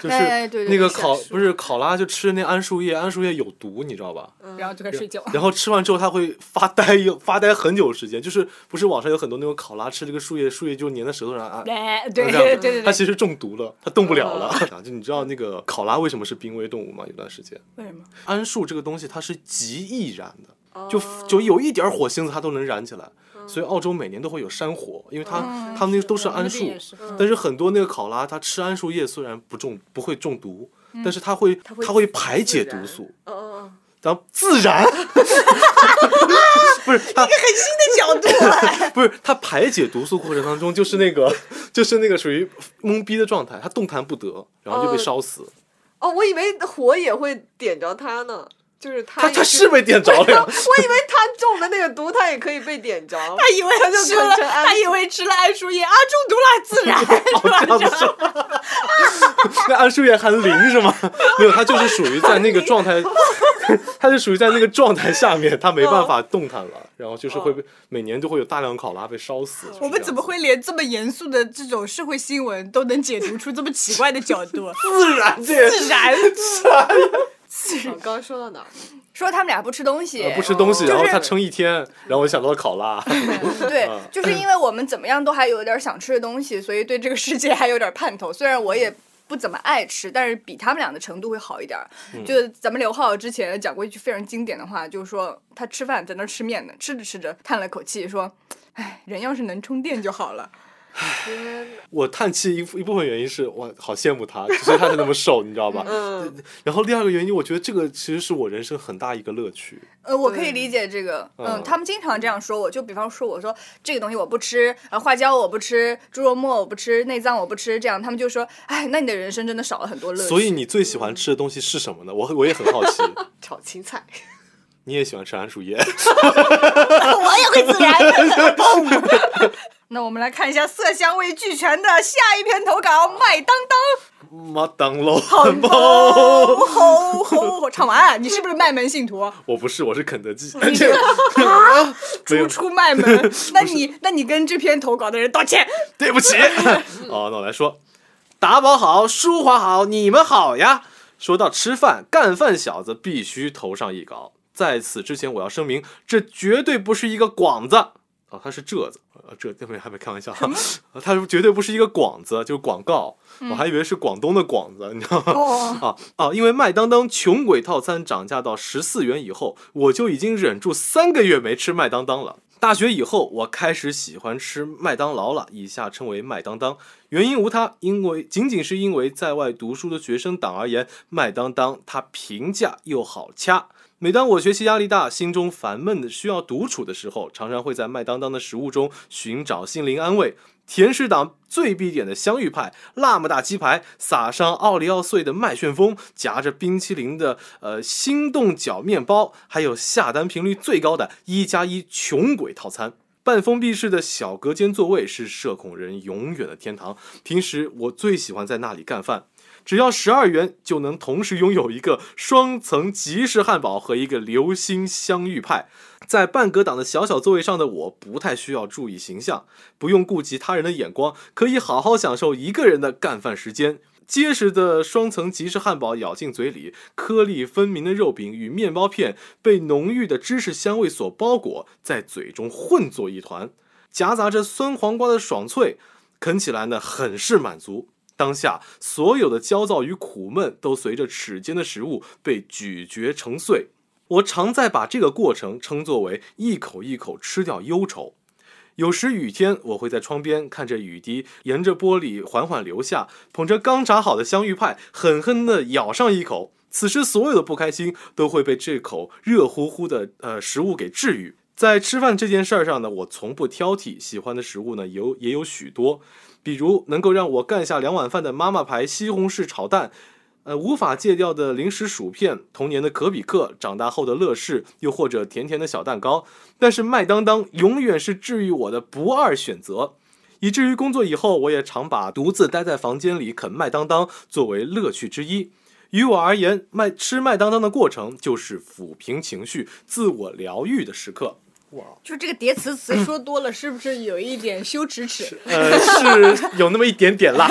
Speaker 2: 就是
Speaker 1: 哎对对对
Speaker 2: 那个
Speaker 1: 是
Speaker 2: 考
Speaker 1: 是
Speaker 2: 不是考拉就吃那桉树叶，桉树叶有毒，你知道吧？
Speaker 1: [laughs] 然后就嗯该睡觉。
Speaker 2: 然后吃完之后，它会发呆，有发呆很久时间。就是不是网上有很多那种考拉吃这个树叶，树叶就粘在舌头上啊，
Speaker 1: 哎，
Speaker 2: 就
Speaker 1: 对
Speaker 2: 这样
Speaker 1: 对
Speaker 2: 子
Speaker 1: 对
Speaker 2: 它
Speaker 1: 对，
Speaker 2: 其实中毒了，它动不了了。啊 [laughs] 就你知道那个考拉为什么是濒危动物吗？有段时间，
Speaker 1: 为什么？
Speaker 2: 桉树这个东西它是极易燃的，
Speaker 4: 哦
Speaker 2: 就就有一点儿火星子它都能燃起来。所以澳洲每年都会有山火，因为它、它们那个都是桉树，但是很多那个考拉它吃桉树叶虽然不中不会中毒，但是它会
Speaker 4: 会
Speaker 2: 它会排解
Speaker 4: 自燃
Speaker 2: 毒素。
Speaker 4: 哦哦，
Speaker 2: 咱们自然， [laughs] 不是它
Speaker 6: 新的角度啊，
Speaker 2: [laughs] 不是它排解毒素过程当中，就是那个 [laughs] 就是那个属于懵逼的状态，它动弹不得，然后就被
Speaker 4: 哦
Speaker 2: 烧死。
Speaker 4: 哦，我以为火也会点着他呢，就是他
Speaker 2: 它
Speaker 4: 也，
Speaker 2: 它是被点着了呀
Speaker 4: [laughs] 我以为他中的那个毒，他也可以被
Speaker 2: [laughs]
Speaker 4: 点着。
Speaker 2: 哎
Speaker 6: 他以为他就
Speaker 4: 就
Speaker 6: 吃
Speaker 4: 跟
Speaker 6: 了，
Speaker 4: 着安
Speaker 6: 他以为吃了桉树叶啊，中毒了，自然。
Speaker 1: [laughs]
Speaker 2: 哦这样子是。那桉树叶含磷是吗？没有，它就是属于在那个状态， [laughs] 它就属于在那个状态下面，它没办法动弹了，然后就是会被每年都会有大量考拉被烧死。就
Speaker 6: 哦
Speaker 2: 是
Speaker 6: 我
Speaker 2: 这
Speaker 6: 们
Speaker 2: 样
Speaker 6: 怎么会连这么严肃的这种社会新闻都能解读出这么奇怪的角
Speaker 1: 啊
Speaker 6: 度？
Speaker 2: [laughs] 自然界？
Speaker 6: 自然，
Speaker 4: 我刚刚说到哪儿？
Speaker 3: 说他们俩不吃东西，
Speaker 2: 呃不吃东西，
Speaker 4: 就是
Speaker 2: 然后它撑一天，然后我想到了考拉。
Speaker 3: 对
Speaker 2: 嗯，
Speaker 3: 就是因为我们怎么样都还有点儿想吃的东西，所以对这个世界还有点儿盼头。虽然我也不怎么爱吃，但是比他们俩的程度会好一点儿。
Speaker 2: 嗯
Speaker 3: 就咱们刘浩之前讲过一句非常经典的话，就是说他吃饭在那儿吃面呢，吃着吃着叹了口气说：“哎，人要是能充电就好了。
Speaker 2: 我叹气一一部分原因是我好羡慕他，所以他才那么瘦，你知道吧？
Speaker 4: 嗯，
Speaker 2: 然后第二个原因，我觉得这个其实是我人生很大一个乐趣。”
Speaker 3: 呃，我可以
Speaker 4: 对
Speaker 3: 理解这个，嗯
Speaker 2: 嗯，
Speaker 3: 他们经常这样说我，就比方说我说这个东西我不吃，
Speaker 6: 呃
Speaker 3: 然后花椒我不吃，猪肉末我不吃，内脏我不吃，这样他们就说：“哎，那你的人生真的少了很多乐趣。”
Speaker 2: 所以你最喜欢吃的东西是什么呢？我我也很好奇。
Speaker 4: 炒青菜。
Speaker 2: 你也喜欢吃桉树叶？
Speaker 6: [laughs] 我也会自然。 [laughs] 那我们来看一下色香味俱全的下一篇投稿，麦当
Speaker 2: [laughs]
Speaker 6: 当。
Speaker 2: 麦当劳汉
Speaker 6: 吼
Speaker 2: 堡。
Speaker 6: 吼吼吼！唱完，你是不是卖门信徒？啊
Speaker 2: 我不是，我是肯德基。 [laughs] 没有
Speaker 6: 不，出卖
Speaker 2: [laughs]
Speaker 6: 门，那你那你跟这篇投稿的人道歉。
Speaker 2: 对不起。哦，那我来说，打宝好，舒华好，你们好呀。说到吃饭，干饭小子必须头上一高。在此之前，我要声明，这绝对不是一个广子啊，他是这子，呃，这根本还没开玩笑 [laughs] 哈，他说绝对不是一个广子，就是广告，我还以为是广东的广子，你知道吗？ [laughs]
Speaker 6: 哦，
Speaker 2: 啊啊！因为麦当当穷鬼套餐涨价到十四元以后，我就已经忍住三个月没吃麦当当了。大学以后，我开始喜欢吃麦当劳了，以下称为麦当当。原因无他，因为仅仅是因为在外读书的学生党而言，麦当当它平价又好掐。每当我学习压力大、心中烦闷的需要独处的时候，常常会在麦当当的食物中寻找心灵安慰。甜食党最必点的香芋派、辣么大鸡排，撒上奥利奥碎的麦旋风，夹着冰淇淋的呃心动饺面包，还有下单频率最高的一加一穷鬼套餐。半封闭式的小隔间座位是社恐人永远的天堂。平时我最喜欢在那里干饭，只要十二元就能同时拥有一个双层吉士汉堡和一个流心香芋派。在半格档的小小座位上的我，不太需要注意形象，不用顾及他人的眼光，可以好好享受一个人的干饭时间。结实的双层吉士汉堡咬进嘴里，颗粒分明的肉饼与面包片被浓郁的芝士香味所包裹，在嘴中混作一团，夹杂着酸黄瓜的爽脆，啃起来呢很是满足。当下所有的焦躁与苦闷都随着齿间的食物被咀嚼成碎。我常在把这个过程称作为一口一口吃掉忧愁。有时雨天，我会在窗边看着雨滴沿着玻璃缓缓流下，捧着刚炸好的香芋派，狠狠地咬上一口。此时所有的不开心都会被这口热乎乎的呃食物给治愈。在吃饭这件事儿上呢，我从不挑剔，喜欢的食物呢有也有许多，比如能够让我干下两碗饭的妈妈牌西红柿炒蛋，呃，无法戒掉的零食薯片，童年的可比克，长大后的乐事，又或者甜甜的小蛋糕。但是麦当当永远是治愈我的不二选择，以至于工作以后，我也常把独自待在房间里啃麦当当作为乐趣之一。于我而言，麦吃麦当当的过程就是抚平情绪、自我疗愈的时刻。
Speaker 6: 就这个叠词词说多了，是不是有一点羞耻耻？
Speaker 2: 呃，是有那么一点点
Speaker 4: [laughs]
Speaker 2: 辣。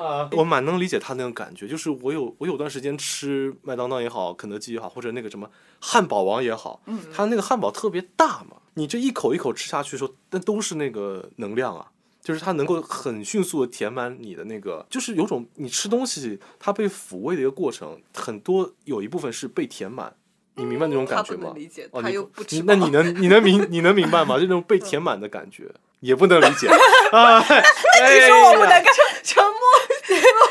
Speaker 2: 啊，我蛮能理解他那种感觉，就是我有我有段时间吃麦当当也好，肯德基也好，或者那个什么汉堡王也好，
Speaker 4: 嗯
Speaker 2: 它那个汉堡特别大嘛，你这一口一口吃下去的时候，那都是那个能量啊。就是它能够很迅速的填满你的那个，就是有种你吃东西它被抚慰的一个过程，很多有一部分是被填满，你明白那种感
Speaker 4: 他
Speaker 2: 觉
Speaker 4: 嗯不
Speaker 2: 吗？
Speaker 4: 能理解，
Speaker 2: 哦，
Speaker 4: 他
Speaker 2: 你
Speaker 4: 又不吃
Speaker 2: 你
Speaker 4: 饱。
Speaker 2: 那你能你能明你能明白吗？这种被填满的感觉也不能理
Speaker 4: [laughs]
Speaker 2: 解啊。那
Speaker 6: 你说我不能干，沉默。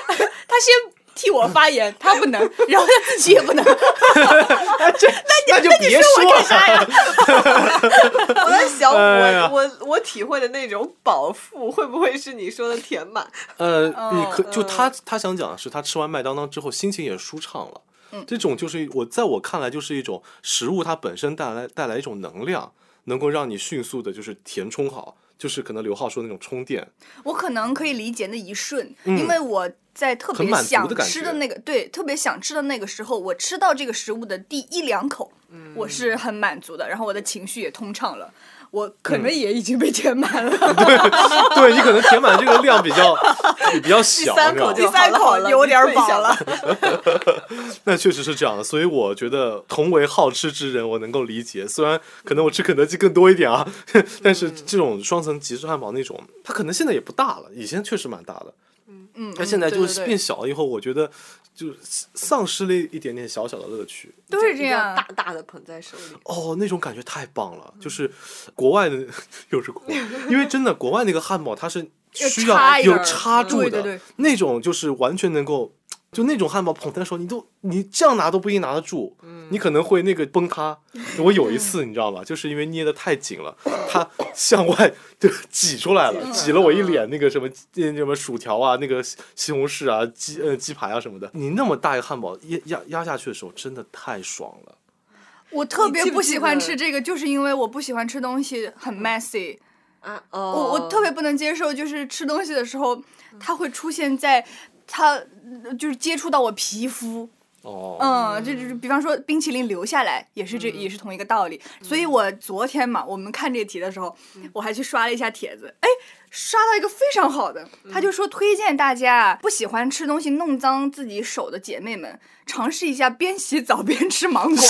Speaker 6: 他先
Speaker 3: 替我发言，他不能，然后他自己也不
Speaker 2: [laughs]
Speaker 3: 能。
Speaker 2: 那这哎那就别说了。
Speaker 4: 我在想，
Speaker 2: 哎呀
Speaker 4: 我我我体会的那种饱腹，会不会是你说的填满？
Speaker 2: 呃，
Speaker 4: 嗯
Speaker 2: 你可就他他想讲的是，他吃完麦当当之后心情也舒畅了。
Speaker 4: 嗯
Speaker 2: 这种就是我在我看来就是一种食物，它本身带来带来一种能量，能够让你迅速的就是填充好，就是可能刘浩说的那种充
Speaker 4: [laughs]
Speaker 2: 电。
Speaker 1: 我可能可以理解那一瞬，
Speaker 2: 嗯
Speaker 1: 因为我在特
Speaker 2: 很
Speaker 1: 别
Speaker 2: 满足
Speaker 1: 想
Speaker 2: 的感
Speaker 1: 吃
Speaker 2: 觉
Speaker 1: 的那个，对，特别想吃的那个时候，我吃到这个食物的第一两口，
Speaker 2: 嗯
Speaker 1: 我是很满足的，然后我的情绪也通畅了。我可能也已经被填满了，
Speaker 2: 对你可能填满这个量比较比较
Speaker 4: [laughs] 第
Speaker 2: 小，你
Speaker 4: 三
Speaker 2: 知道
Speaker 4: 口
Speaker 2: 吗
Speaker 4: 就
Speaker 3: 第三
Speaker 4: 好了
Speaker 3: 口
Speaker 4: 好了
Speaker 3: 有
Speaker 4: 你
Speaker 3: 点
Speaker 4: 退
Speaker 3: 饱
Speaker 4: 下
Speaker 3: 了
Speaker 2: [laughs] 那确实是这样的，所以我觉得同为好吃之人，我能够理解。虽然可能我吃肯德基更多一点啊， [laughs] 但
Speaker 1: 嗯
Speaker 2: 是这种双层吉士汉堡那种，它可能现在也不大了，以前确实蛮大的。
Speaker 1: 嗯，
Speaker 2: 它现在
Speaker 1: 对
Speaker 2: 就
Speaker 1: 对对
Speaker 2: 变小了以后，我觉得就丧失了一点点小小的乐趣。
Speaker 1: [laughs] 都
Speaker 4: 一
Speaker 1: 是这
Speaker 4: 定要
Speaker 1: 样，
Speaker 4: 大大的捧在手里。
Speaker 2: 哦，那种感觉太棒了！就是国外的， [laughs] 又是国外，因为真的国外那个汉堡它是需要
Speaker 1: 插一根
Speaker 2: 有
Speaker 1: 儿
Speaker 2: 插住的，
Speaker 1: 对对对
Speaker 2: 那种就是完全能够，就那种汉堡捧在手，你都你这样拿都不一定拿得住，
Speaker 1: 嗯
Speaker 2: 你可能会那个崩塌。我有一次你知道吗？就是因为捏得太紧了，它向外就挤出来
Speaker 1: 嗯
Speaker 2: 了，挤了我一脸那个什么那什么薯条啊，那个西西红柿啊，鸡呃鸡排啊什么的。你那么大一个汉堡压压压下去的时候，真的太爽了。
Speaker 1: 我特
Speaker 4: 你
Speaker 1: 别
Speaker 4: 记不
Speaker 1: 不嗯
Speaker 4: 记
Speaker 1: 喜欢
Speaker 4: 得
Speaker 1: 吃这个，就是因为我不喜欢吃东西很 messy，
Speaker 4: 啊哦，
Speaker 1: 我我特别不能接受，就是吃东西的时候，它会出现在它呃就是接触到我皮肤，
Speaker 2: 哦，
Speaker 1: 嗯，就就是比方说冰淇淋留下来也是这、也是同一个道理。所以我昨天嘛，我们看这个题的时候，我还去刷了一下帖子，哎，刷到一个非常好的，他就说推荐大家不喜欢吃东西弄脏自己手的姐妹们，尝试一下边洗澡边吃芒果，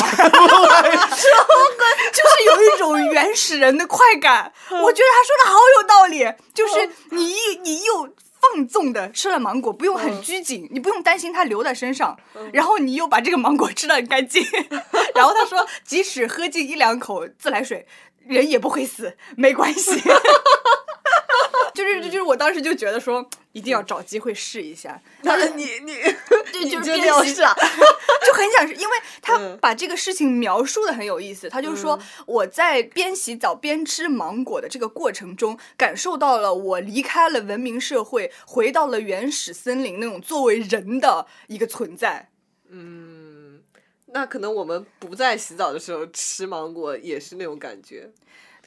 Speaker 1: 就是有一种原始人的快感。我觉得他说的好有道理，就是你一你又放纵的吃了芒果，不用很拘谨，你不用担心它留在身上，然后你又把这个芒果吃的很干净。 [laughs] 然后他说，即使喝进一两口自来水，人也不会死，没关系。 [laughs] 就是就是，我当时就觉得说，一定要找机会试一下，
Speaker 4: 他的你你
Speaker 1: 对，
Speaker 4: 你
Speaker 1: 就是
Speaker 4: 就
Speaker 1: 边
Speaker 4: 要
Speaker 1: 洗
Speaker 4: 是啊，
Speaker 1: [laughs] 就很想是，因为他
Speaker 4: 嗯
Speaker 1: 把这个事情描述的很有意思。他就说，我在边洗澡边吃芒果的这个过程中，感受到了我离开了文明社会，回到了原始森林那种作为人的一个存在。
Speaker 4: 嗯，那可能我们不在洗澡的时候吃芒果也是那种感觉。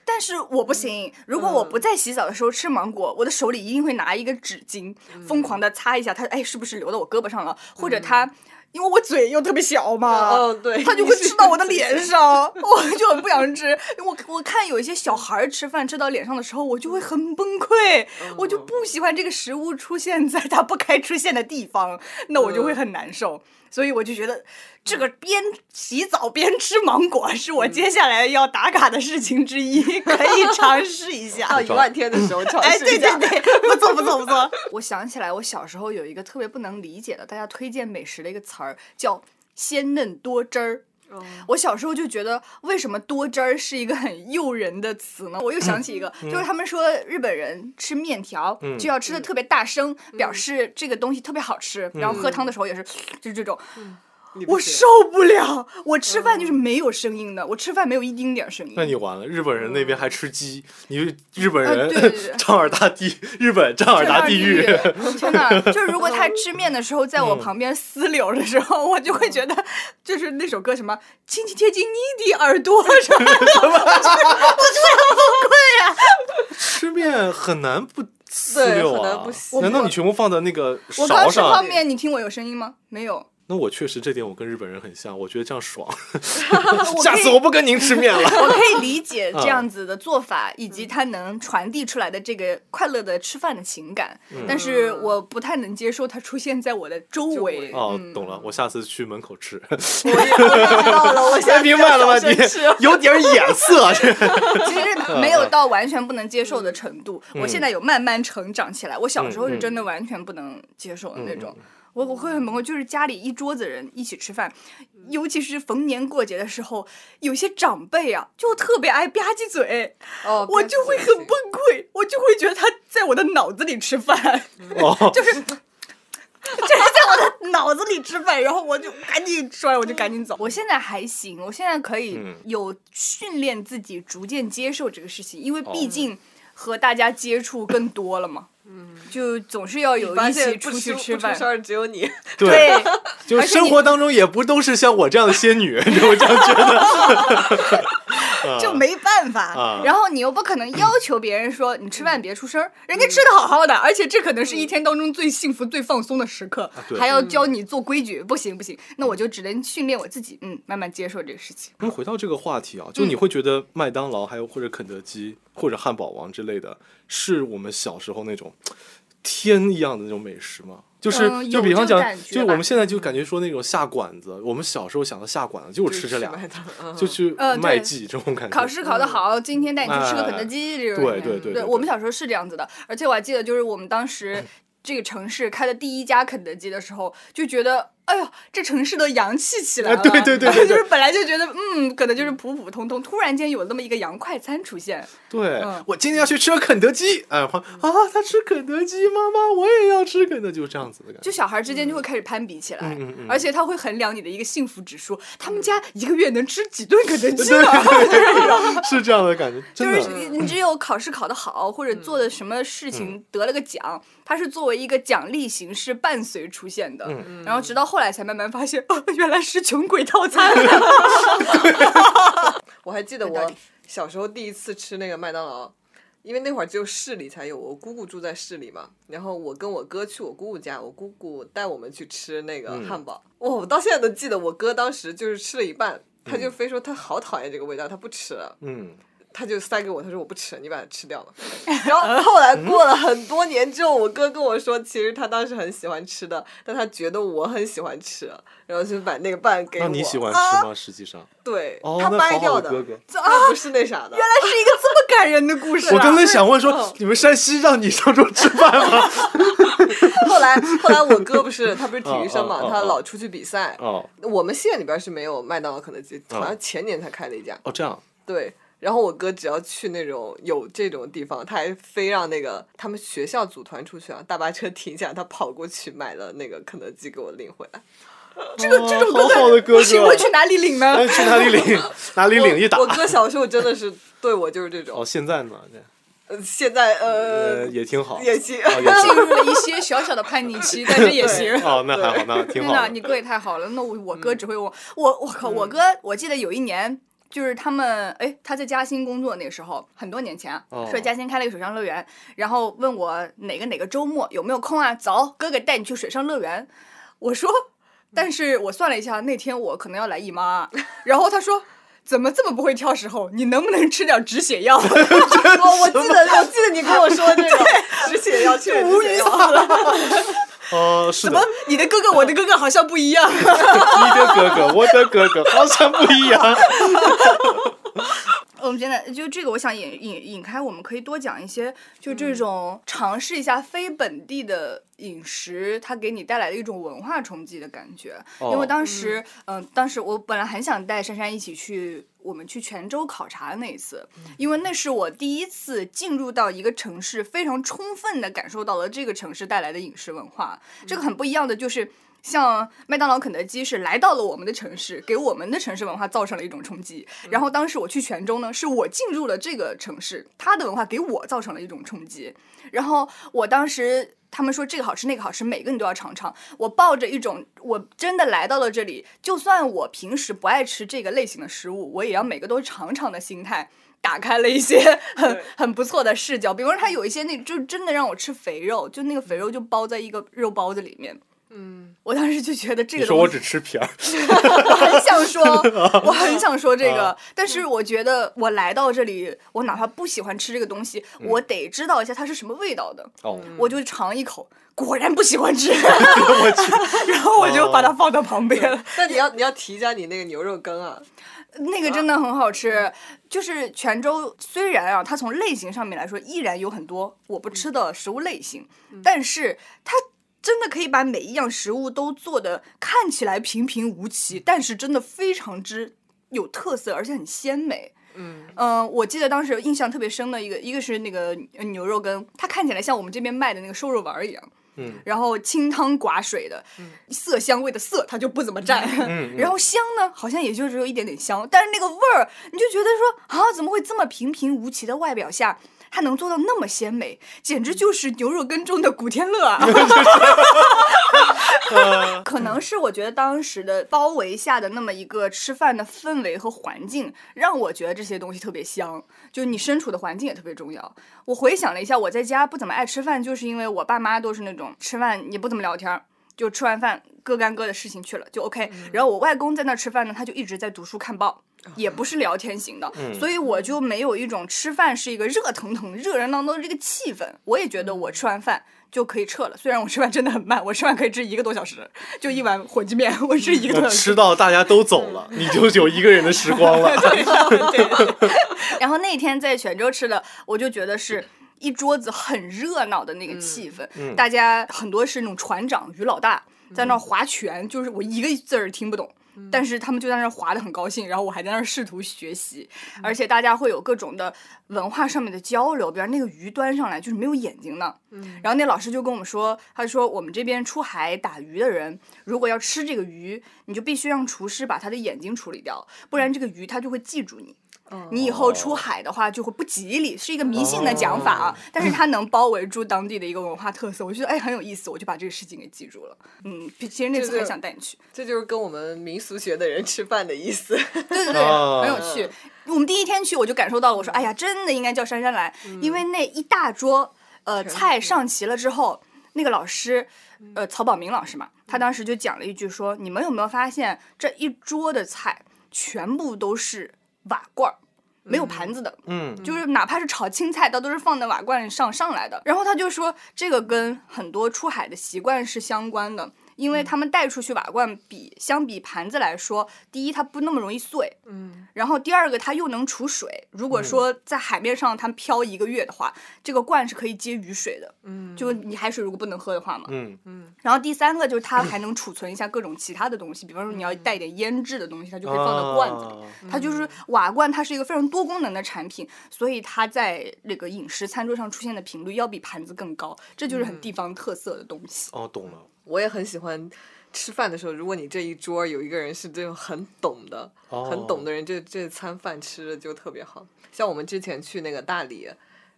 Speaker 1: 但是我不
Speaker 4: 嗯
Speaker 1: 行，如果我不在洗澡的时候吃芒果，我的手里一定会拿一个纸巾，
Speaker 4: 嗯
Speaker 1: 疯狂的擦一下它，哎，是不是流到我胳膊上了？或者它，因为我嘴又特别小嘛，
Speaker 4: 嗯，对，
Speaker 1: 它啊就
Speaker 4: 你
Speaker 1: 会
Speaker 4: 是
Speaker 1: 吃到我的脸
Speaker 4: [laughs]
Speaker 1: 上，我就很不想吃。我我看有一些小孩儿吃饭吃到脸上的时候，我就
Speaker 4: 嗯
Speaker 1: 会很崩溃，我就不喜欢这个食物出现在它不该出现的地方，那我就
Speaker 4: 嗯
Speaker 1: 会很难受。所以我就觉得，这个边洗澡边吃芒果是
Speaker 4: 嗯
Speaker 1: 我接下来要打卡的事情之一，可以尝试
Speaker 4: [laughs]
Speaker 1: 一下。
Speaker 4: 哦到一万天的时候尝
Speaker 1: 哎，
Speaker 4: 试
Speaker 1: 对
Speaker 4: 一
Speaker 1: 对
Speaker 4: 下。 [laughs]
Speaker 1: 对，不错不错不错。我想起来，我小时候有一个特别不能理解的，大家推荐美食的一个词儿叫鲜嫩多汁儿。
Speaker 4: 哦
Speaker 1: 我小时候就觉得，为什么多汁儿是一个很诱人的词呢？我又想起一个，
Speaker 4: 嗯
Speaker 1: 就是他们说日本人吃面条、
Speaker 2: 嗯
Speaker 1: 就要吃的特别大声、表
Speaker 4: 嗯
Speaker 1: 示这个东西特别好吃，然后喝汤的时候也是，就是这种。
Speaker 4: 嗯你不哦
Speaker 1: 我
Speaker 4: 行
Speaker 1: 受不了，我吃饭就是没有声音的，我吃饭没有一丁点儿声音。
Speaker 2: 那你完了，日本人那边还吃鸡，你就日本
Speaker 1: 呃
Speaker 2: 人、
Speaker 1: 对对
Speaker 2: [laughs]
Speaker 1: 对
Speaker 2: 丈二大地，日本丈二大地
Speaker 1: [laughs]
Speaker 2: 狱，嗯
Speaker 1: 真的，就是如果他吃面的时候在我旁边撕柳的时候，我就会觉得，就是那首歌什么“亲亲贴近你的耳朵”什
Speaker 2: [laughs]
Speaker 1: 么的，
Speaker 2: 吃面很难不四
Speaker 4: 对
Speaker 2: 六
Speaker 4: 很难
Speaker 2: 啊
Speaker 4: 不撕！
Speaker 2: 难道你全部放在那个勺
Speaker 1: 我刚吃泡
Speaker 2: 上？啊
Speaker 1: 面，你听我有声音吗？没有。
Speaker 2: 那我确实这点我跟日本人很像，我觉得这样爽。
Speaker 1: 我
Speaker 2: 下
Speaker 1: 可
Speaker 2: 次
Speaker 1: 以
Speaker 2: 我不跟您吃面了。
Speaker 1: 我可以理解这样子的做法，
Speaker 2: 嗯
Speaker 1: 以及它能传递出来的这个快乐的吃饭的情感，
Speaker 2: 嗯
Speaker 1: 但是我不太能接受它出现在我的周
Speaker 4: 周
Speaker 1: 围
Speaker 4: 围。
Speaker 2: 哦，懂了，我下次去门口吃。哎
Speaker 4: 我也我知道了，我现在
Speaker 2: 明白了吧？
Speaker 4: 就要
Speaker 2: 你
Speaker 4: 小声吃
Speaker 2: 有点眼色，这
Speaker 1: 其实没有到完全不能接受的程
Speaker 2: [laughs]
Speaker 1: 度，
Speaker 2: 嗯
Speaker 1: 我现在有慢慢成长起来。我小时候是真的完全不能接受的那
Speaker 2: 嗯
Speaker 1: 种，我我会很崩溃。就是家里一桌子人一起吃饭，尤其是逢年过节的时候，有些长辈啊就特别爱吧唧嘴，
Speaker 4: 哦，
Speaker 1: 我就会很崩溃，我就会觉得他在我的脑子里吃饭， [laughs]
Speaker 2: 哦，
Speaker 1: 就是。就是在我的脑子己吃饭，然后我就赶紧吃完我就赶紧走。我现在还行，我现在可以
Speaker 2: 嗯
Speaker 1: 有训练自己逐渐接受这个事情，因为毕
Speaker 2: 哦
Speaker 1: 竟和大家接触更多了嘛，嗯，就总是要有一起
Speaker 4: 不
Speaker 1: 出去
Speaker 4: 不
Speaker 1: 吃
Speaker 4: 出
Speaker 1: 饭
Speaker 4: 事。儿只有
Speaker 1: [laughs]
Speaker 4: 你。
Speaker 2: 对，
Speaker 1: 对，
Speaker 2: 就是生活当中也不都是像我这样的仙女，你知道我这样觉得
Speaker 6: 就没办法。
Speaker 2: 啊。嗯
Speaker 1: 然后你又不可能要求别人说你吃饭别出声儿，人家吃的好好的，而且这可能是一天当中最幸福、最放松的时刻
Speaker 2: 嗯对，
Speaker 1: 还要教你做规矩，不行不行，那我就只能训练我自己，嗯，慢慢接受这个事情。
Speaker 2: 那回到这个话题啊，就
Speaker 1: 嗯
Speaker 2: 你会觉得麦当劳还有或者肯德基或者汉堡王之类的，是我们小时候那种天一样的那种美食吗？就是、
Speaker 1: 嗯
Speaker 2: 就
Speaker 1: 有
Speaker 2: 比方
Speaker 1: 这
Speaker 2: 讲
Speaker 1: 种感，觉
Speaker 2: 就
Speaker 1: 吧
Speaker 2: 我们现在就感觉说那种下馆子，我们小时候想到下馆子就是吃这俩，就去
Speaker 1: 呃对
Speaker 2: 麦记这种感觉。
Speaker 1: 考试考得好，今天带你去吃个肯德基这
Speaker 2: 嗯
Speaker 1: 种。
Speaker 2: 哎对对对嗯
Speaker 1: 我们小时候是这样子的，而且我还记得，就是我们当时这个城市开的第一家肯德基的时候，就觉得。哎呦，这城市都洋气起来了！
Speaker 2: 啊对对
Speaker 1: [laughs]
Speaker 2: 对对对
Speaker 1: 就是本来就觉得，嗯，可能就是普普通通，突然间有那么一个洋快餐出现，
Speaker 2: 对、
Speaker 1: 嗯
Speaker 2: 我今天要去吃个肯德基，哎，我啊，他吃肯德基，妈妈我也要吃肯德基，就这样子的感觉。
Speaker 1: 就小孩之间就会开始攀比起来，
Speaker 2: 嗯嗯嗯嗯
Speaker 1: 而且他会衡量你的一个幸福指数，他们家一个月能吃几顿肯德基了，
Speaker 2: [laughs] 是这样的感觉，
Speaker 1: 啊 [laughs] 就
Speaker 2: 真的。
Speaker 1: 是你只有考试考得好，或者做的什么
Speaker 2: 嗯
Speaker 1: 事情得了个奖，它是作为一个奖励形式伴随出现的，
Speaker 2: 嗯
Speaker 1: 然后直到后来才慢慢发现，哦，原来是穷鬼套餐，
Speaker 4: 我还记得
Speaker 1: 有道
Speaker 4: 我小时候第一次吃那个麦当劳，因为那会儿只有市里才有，我姑姑住在市里嘛，然后我跟我哥去我姑姑家，我姑姑带我们去吃那个
Speaker 1: 嗯
Speaker 4: 汉堡，哇，我到现在都记得，我哥当时就是吃了一半，他
Speaker 1: 嗯
Speaker 4: 就非说他好讨厌这个味道，他不吃了。
Speaker 2: 嗯，
Speaker 4: 他就塞给我，他说我不吃，你把它吃掉了。然后后来过了很多年之后，我哥跟我说，其实他当时很喜欢吃的，但他觉得我很喜欢吃，然后就把那个半给我。
Speaker 2: 那你喜欢
Speaker 1: 啊
Speaker 2: 吃吗？实际上，
Speaker 4: 对，
Speaker 2: 哦，
Speaker 4: 他
Speaker 2: 那
Speaker 4: 掰
Speaker 2: 好
Speaker 4: 掉
Speaker 2: 好
Speaker 4: 的，
Speaker 2: 哥哥。
Speaker 4: 那不是那啥的。
Speaker 1: 这是一个这么感人的故事、啊。
Speaker 2: 我刚才想问
Speaker 4: 嗯
Speaker 2: 说，你们山西让你上桌吃饭吗？
Speaker 4: 后来后来我哥
Speaker 2: [laughs]
Speaker 4: 不是他不是体育生嘛，
Speaker 2: 哦哦哦哦
Speaker 4: 他老出去比赛。
Speaker 2: 哦
Speaker 4: 我们县里边是没有麦当劳、肯德
Speaker 2: 啊
Speaker 4: 基，好像前年才开了一家。
Speaker 2: [laughs] 哦，这样
Speaker 4: 对，然后我哥只要去那种有这种地方，他还非让那个他们学校组团出去啊，大巴车停下，他跑过去买了那个肯德基给我领回来。
Speaker 2: 这个这种哦好好的哥
Speaker 1: 不行，
Speaker 2: 哥
Speaker 1: 会，去哪里领呢？
Speaker 2: 哎去哪里领？哪里领一打
Speaker 4: 我？我哥小时候真的是对我就是这种
Speaker 2: 哦，，现在呢？这
Speaker 4: 呃现在
Speaker 2: 哦呃，
Speaker 4: 呃
Speaker 2: 也挺好。
Speaker 4: [laughs] 也行。
Speaker 2: 哦也
Speaker 1: [laughs] 进
Speaker 2: 行
Speaker 1: [laughs] 入了一些小小的叛逆期，但是也行。
Speaker 2: 哦，那还好，那挺
Speaker 1: 真
Speaker 2: 好
Speaker 1: 的，
Speaker 2: 的。嗯
Speaker 1: 你哥也太好了。那我我哥只会问我，我我靠，我哥，我记得有一年。就是他们，哎，他在嘉兴工作那个时候，很多年前啊，
Speaker 2: 哦
Speaker 1: 说嘉兴开了一个水上乐园，然后问我哪个哪个周末有没有空啊？走，哥哥带你去水上乐园。我说，但是我算了一下，那天我可能要来姨妈，然后他说。怎么这么不会挑时候？你能不能吃点止血药？
Speaker 4: 我我记得我记得你跟我说这个，止血药确实无语死了。
Speaker 2: 哦，是的，
Speaker 1: 你的哥哥，我的哥哥好像不一样。
Speaker 2: 你的哥哥，我的哥哥，好像不一样。
Speaker 1: 呃我们真的就这个，我想引引引开，我们可以多讲一些，就这种尝试一下非本地的饮食，它给你带来的一种文化冲击的感觉。因为
Speaker 2: 哦
Speaker 1: 当时，嗯、当时我本来很想带珊珊一起去，我们去泉州考察的那一次，因为那是我第一次进入到一个城市，非常充分的感受到了这个城市带来的饮食文化。这个很不一样的就是。像麦当劳、肯德基是来到了我们的城市，给我们的城市文化造成了一种冲击。然后当时我去泉州呢，是我进入了这个城市，它的文化给我造成了一种冲击。然后我当时他们说这个好吃那个好吃，每个你都要尝尝。我抱着一种我真的来到了这里，就算我平时不爱吃这个类型的食物，我也要每个都尝尝的心态。打开了一些很很不错的视角，比如说它有一些那就真的让我吃肥肉，就那个肥肉就包在一个肉包子里面，
Speaker 4: 嗯，
Speaker 1: 我当时就觉得这
Speaker 2: [laughs] 你
Speaker 1: 个
Speaker 2: 说我
Speaker 1: 东西
Speaker 2: 只吃皮儿，
Speaker 1: 我很想说，我很想说这个，但是我觉得我来到这里，我哪怕不喜欢吃这个东西，我得知道一下它是什么味道的，
Speaker 2: 哦，
Speaker 1: 我就尝一口，果然不喜欢吃， [laughs] 然后我就把它放到旁边了。
Speaker 4: 但你要你要提一下你那个牛肉羹啊，
Speaker 1: 那个真的很好吃，就是泉州虽然啊，它从类型上面来说依然有很多我不吃的食物类型，但是它。真的可以把每一样食物都做的看起来平平无奇，但是真的非常之有特色，而且很鲜美。
Speaker 4: 嗯，
Speaker 1: 嗯，我记得当时印象特别深的一个，一个是那个呃牛肉羹，它看起来像我们这边卖的那个瘦肉丸儿一样，
Speaker 2: 嗯
Speaker 1: 然后清汤寡水的，色香味的色它就不怎么占，
Speaker 2: 嗯
Speaker 1: [laughs] 然后香呢好像也就只有一点点香，但是那个味儿你就觉得说啊怎么会这么平平无奇的外表下，它能做到那么鲜美，简直就是牛肉羹中的古天
Speaker 2: [laughs]
Speaker 1: 乐啊！ [laughs] 可能是我觉得当时的包围下的那么一个吃饭的氛围和环境，让我觉得这些东西特别香。就你身处的环境也特别重要。我回想了一下，我在家不怎么爱吃饭，就是因为我爸妈都是那种吃饭也不怎么聊天儿，就吃完饭各干各的事情去了，就 OK。然后我外公在那儿吃饭呢，他就一直在读书看报。也不是聊天型的，所以我就没有一种吃饭是一个热腾腾、热热闹闹的这个气氛。我也觉得我吃完饭就可以撤了，虽然我吃饭真的很慢，我吃饭可以吃一个多小时，就一碗火鸡面，我吃一个多小时。
Speaker 2: 吃到大家都走了，你就有一个人的时光了。
Speaker 1: 然后那天在泉州吃的，我就觉得是。一桌子很热闹的那个气氛，
Speaker 2: 嗯
Speaker 1: 大家很多是那种船长与老大在那儿划拳，就是我一个字儿听不懂，但是他们就在那儿划的很高兴，然后我还在那儿试图学习，而且大家会有各种的文化上面的交流，比如那个鱼端上来就是没有眼睛的，然后那老师就跟我们说，他说我们这边出海打鱼的人，如果要吃这个鱼，你就必须让厨师把他的眼睛处理掉，不然这个鱼它就会记住你。你以后出海的话就会不吉利，是一个迷信的讲法啊。但是它能包围住当地的一个文化特色，我就觉得哎很有意思，我就把这个事情给记住了。嗯，其其实那次
Speaker 4: 对
Speaker 1: 很想带你去，
Speaker 4: 这就是跟我们民俗学的人吃饭的意思。
Speaker 1: 对对对，
Speaker 2: 哦
Speaker 1: 很有趣。我们第一天去我就感受到了，我说哎呀，真的应该叫珊珊来，
Speaker 2: 嗯
Speaker 1: 因为那一大桌呃
Speaker 4: 全
Speaker 1: 菜上齐了之后，那个老师
Speaker 2: 嗯
Speaker 1: 呃曹宝明老师嘛，他当时就讲了一句说，你们有没有发现这一桌的菜全部都是瓦罐儿，没有盘子的。
Speaker 2: 嗯，
Speaker 1: 就是哪怕是炒青菜，它都是放在瓦罐上上来的。然后他就说，这个跟很多出海的习惯是相关的，因
Speaker 4: 嗯
Speaker 1: 为他们带出去瓦罐比相比盘子来说，第一它不那么容易碎，
Speaker 4: 嗯，
Speaker 1: 然后第二个它又能储水。如果说在海面上它漂一个月的话，这个罐是可以接雨水的，
Speaker 4: 嗯，
Speaker 1: 就你海水如果不能喝的话嘛。
Speaker 2: 嗯，
Speaker 1: 然后第三个就是它还能储存一下各种其他的东西，比方说你
Speaker 4: 嗯
Speaker 1: 要带一点腌制的东西，它就可以放到罐子里。
Speaker 2: 啊
Speaker 1: 它就是瓦罐，它是一个非常多功能的产品，所以它在那个饮食餐桌上出现的频率要比盘子更高，这就是
Speaker 4: 嗯
Speaker 1: 很地方特色的东西。
Speaker 2: 哦，懂了。
Speaker 4: 我也很喜欢吃饭的时候，如果你这一桌儿有一个人是这种很懂的、
Speaker 2: 哦
Speaker 4: 很懂的人，这这餐饭吃的就特别好。像我们之前去那个大理，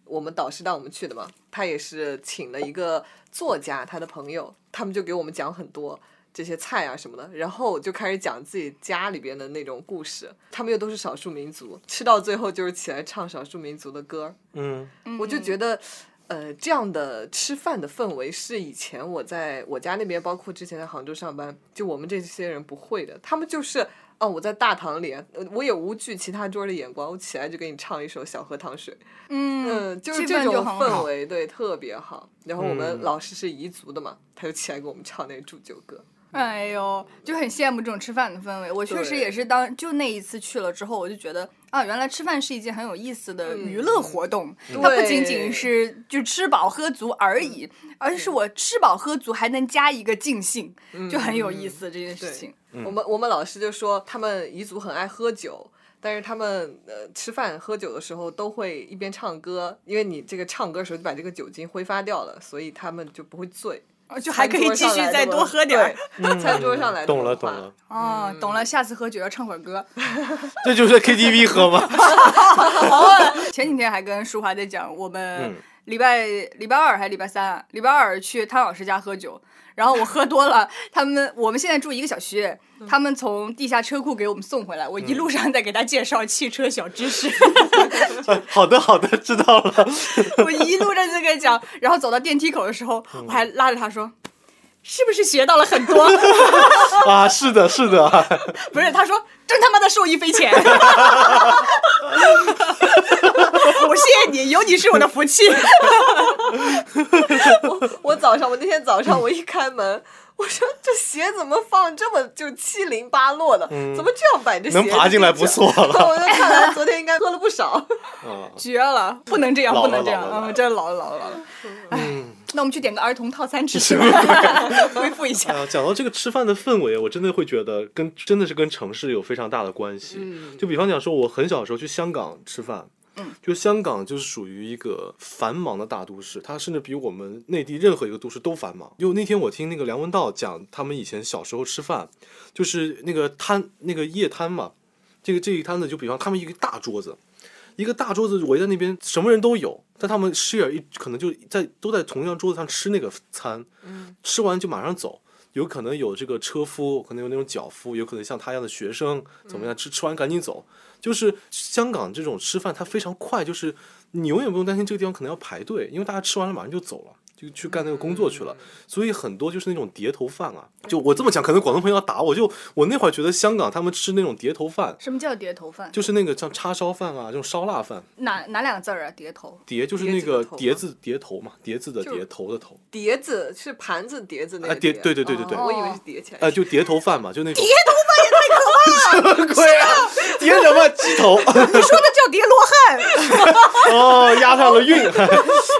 Speaker 4: 我们导师带我们去的嘛，他也是请了一个作家，他的朋友，他们就给我们讲很多。这些菜啊什么的，然后就开始讲自己家里边的那种故事。他们又都是少数民族，吃到最后就是起来唱少数民族的歌儿，
Speaker 2: 嗯
Speaker 4: 我就觉得，呃，这样的吃饭的氛围是以前我在我家那边，包括之前在杭州上班，就我们这些人不会的。他们就是，哦，我在大堂里，呃我也无惧其他桌的眼光，我起来就给你唱一首《小河淌水》。
Speaker 1: 嗯，
Speaker 4: 嗯，就是
Speaker 1: 气
Speaker 4: 这
Speaker 1: 氛就
Speaker 4: 种
Speaker 1: 很好
Speaker 4: 氛围，对，特别好。然后我们
Speaker 2: 嗯
Speaker 4: 老师是彝族的嘛，他就起来给我们唱那个祝酒歌。
Speaker 1: 哎呦，就很羡慕这种吃饭的氛围。我确实
Speaker 4: 对
Speaker 1: 也是当就那一次去了之后，我就觉得啊，原来吃饭是一件很有意思的娱乐活动，它不仅仅
Speaker 4: 嗯对嗯
Speaker 1: 是就吃饱喝足而已，而是我吃饱喝足还能加一个尽兴，就很有意思这件事
Speaker 4: 嗯对
Speaker 1: 情。
Speaker 2: 嗯
Speaker 4: 我们我们老师就说，他们彝族很爱喝酒，但是他们呃吃饭喝酒的时候都会一边唱歌，因为你这个唱歌的时候就把这个酒精挥发掉了，所以他们就不会醉。
Speaker 1: 哦就 [laughs] 还可以继续再多喝点儿
Speaker 4: 儿。对 [laughs] 餐桌上来的
Speaker 2: 懂了
Speaker 4: 文
Speaker 2: 懂
Speaker 4: 化
Speaker 2: 了，，
Speaker 1: 哦，懂了，下次喝酒要唱会儿歌。
Speaker 2: 这就是 KTV 喝吗？
Speaker 1: [laughs] 前几天还跟舒华在讲，我们
Speaker 2: 嗯
Speaker 1: 礼拜、礼拜二还是礼拜三啊，礼拜二去汤老师家喝酒，然后我喝多了，他们我们现在住一个小区，他们从地下车库给我们送回来，我一路上在给他介绍汽车小知识，
Speaker 2: [laughs] 好的好的，知道了。
Speaker 1: 我一路上在给他讲，然后走到电梯口的时候，我还拉着他说。是不是学到了很多？ [laughs]
Speaker 2: 啊，是的是的，
Speaker 1: 不是，他说真他妈的受益匪浅。 [laughs] 我谢谢你，有你是我的福气。
Speaker 4: 我早上，我那天早上我一开门，我说这鞋怎么放这么就七零八落的？怎么这样摆这
Speaker 2: 嗯
Speaker 4: 鞋？
Speaker 2: 能爬进来不错了。
Speaker 4: [laughs] 我就看来昨天应该喝了不少。
Speaker 2: 啊，
Speaker 1: 绝了，不能这样，
Speaker 2: 老
Speaker 1: 不
Speaker 2: 了
Speaker 1: 能这样，
Speaker 2: 老了嗯老
Speaker 1: 嗯，
Speaker 2: 了
Speaker 1: 真的老了，老了，老了。哎，那我们去点个儿童套
Speaker 2: [laughs]
Speaker 1: 餐吃吃
Speaker 2: 是
Speaker 1: 吧
Speaker 2: 吗，
Speaker 1: 恢复一
Speaker 2: 哎
Speaker 1: 下。
Speaker 2: 呀，讲到这个吃饭的氛围，我真的会觉得跟真的是跟城市有非常大的关系。就比方讲说，我很小的时候去香港吃饭，
Speaker 1: 嗯，
Speaker 2: 就香港就是属于一个繁忙的大都市，它甚至比我们内地任何一个都市都繁忙。就那天我听那个梁文道讲，他们以前小时候吃饭，就是那个摊那个夜摊嘛，这个这一摊子就比方他们一个大桌子。一个大桌子围在那边，什么人都有，但他们 share 一可能就在都在同一张桌子上吃那个餐，吃完就马上走。有可能有这个车夫，可能有那种脚夫，有可能像他一样的学生，怎么
Speaker 4: 嗯
Speaker 2: 样吃吃完赶紧走。就是香港这种吃饭，它非常快，就是你永远不用担心这个地方可能要排队，因为大家吃完了马上就走了，就去干那个工作去了。
Speaker 4: 嗯
Speaker 2: 所以很多就是那种碟头饭啊，就我这么讲，可能广东朋友要打我。就我那会儿觉得香港他们吃那种碟头饭，
Speaker 1: 什么叫碟头饭？
Speaker 2: 就是那个像叉烧饭啊，这种烧腊饭，
Speaker 1: 哪哪两个字儿啊？碟头。
Speaker 2: 碟就是那个碟
Speaker 4: 碟
Speaker 2: 字碟头嘛，碟字的
Speaker 4: 就是
Speaker 2: 碟头的头，
Speaker 4: 碟子是盘子碟子那
Speaker 2: 啊
Speaker 4: 个
Speaker 2: 碟对对对对对
Speaker 4: 哦我以为是叠起来
Speaker 2: 呃，就碟头饭嘛，就那种。碟头饭也太可怕了！ [laughs] 什么鬼啊？碟什么鸡头？ [laughs]
Speaker 6: 说的叫叠罗汉，
Speaker 1: 嗯
Speaker 2: 哦，押上了韵。 [laughs]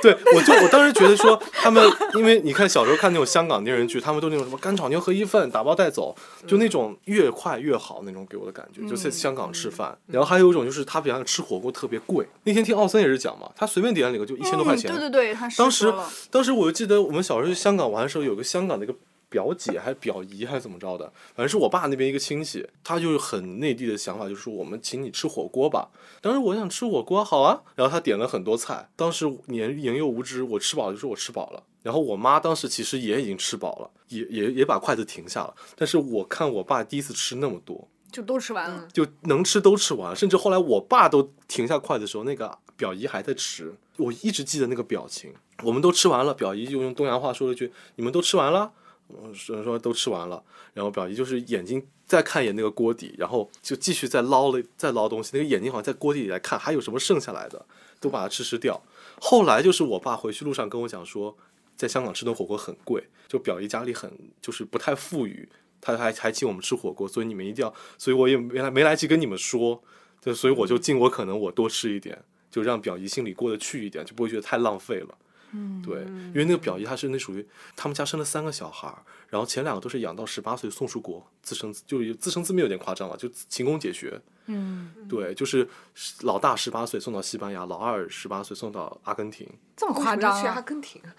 Speaker 2: 对，我就我当时觉得说，他们因为你看小时候看那种香港电视剧，他们都那种什么干炒牛河一份，打包带走，就那种越快越好那种给我的感觉，就在香港吃饭。然后还有一种就是他比方吃火锅特别贵，那天听奥森也是讲嘛，他随便点了一个就一千多块钱。
Speaker 1: 对对对，他是
Speaker 2: 当
Speaker 1: 说
Speaker 2: 时
Speaker 1: 了，
Speaker 2: 当时我就记得我们小时候去香港玩的时候，有个香港的一个表姐还是表姨还是怎么着的，反正是我爸那边一个亲戚，他就是很内地的想法，就是说我们请你吃火锅吧。当时我想吃火锅，好啊，然后他点了很多菜，当时年年幼无知，我吃饱了就说我吃饱了。然后我妈当时其实也已经吃饱了，也也也把筷子停下了。但是我看我爸第一次吃那么多，
Speaker 1: 就都吃完了。
Speaker 2: 就能吃都吃完，甚至后来我爸都停下筷子的时候，那个表姨还在吃，我一直记得那个表情。我们都吃完了，表姨就用东阳话说了一句：“你们都吃完了？”我说说都吃完了，然后表姨就是眼睛再看一眼那个锅底，然后就继续再捞了再捞东西，那个眼睛好像在锅底里来看还有什么剩下来的，都把它吃吃掉。后来就是我爸回去路上跟我讲说，在香港吃顿火锅很贵，就表姨家里很就是不太富裕，他还还请我们吃火锅，所以你们一定要，所以我也没来没来及跟你们说，就所以我就尽我可能我多吃一点，就让表姨心里过得去一点，就不会觉得太浪费了。嗯，对，因为那个表姨她是那属于他们家生了三个小孩儿，然后前两个都是养到十八岁送出国，自生自就是自生自灭有点夸张了，就勤工俭学。
Speaker 1: 嗯，
Speaker 2: 对，就是老大十八岁送到西班牙，老二十八岁送到阿根廷。
Speaker 1: 这么
Speaker 4: 为
Speaker 1: 夸
Speaker 4: 什么要
Speaker 1: 张
Speaker 4: 去阿
Speaker 1: 啊？
Speaker 4: 根 [laughs] 廷啊，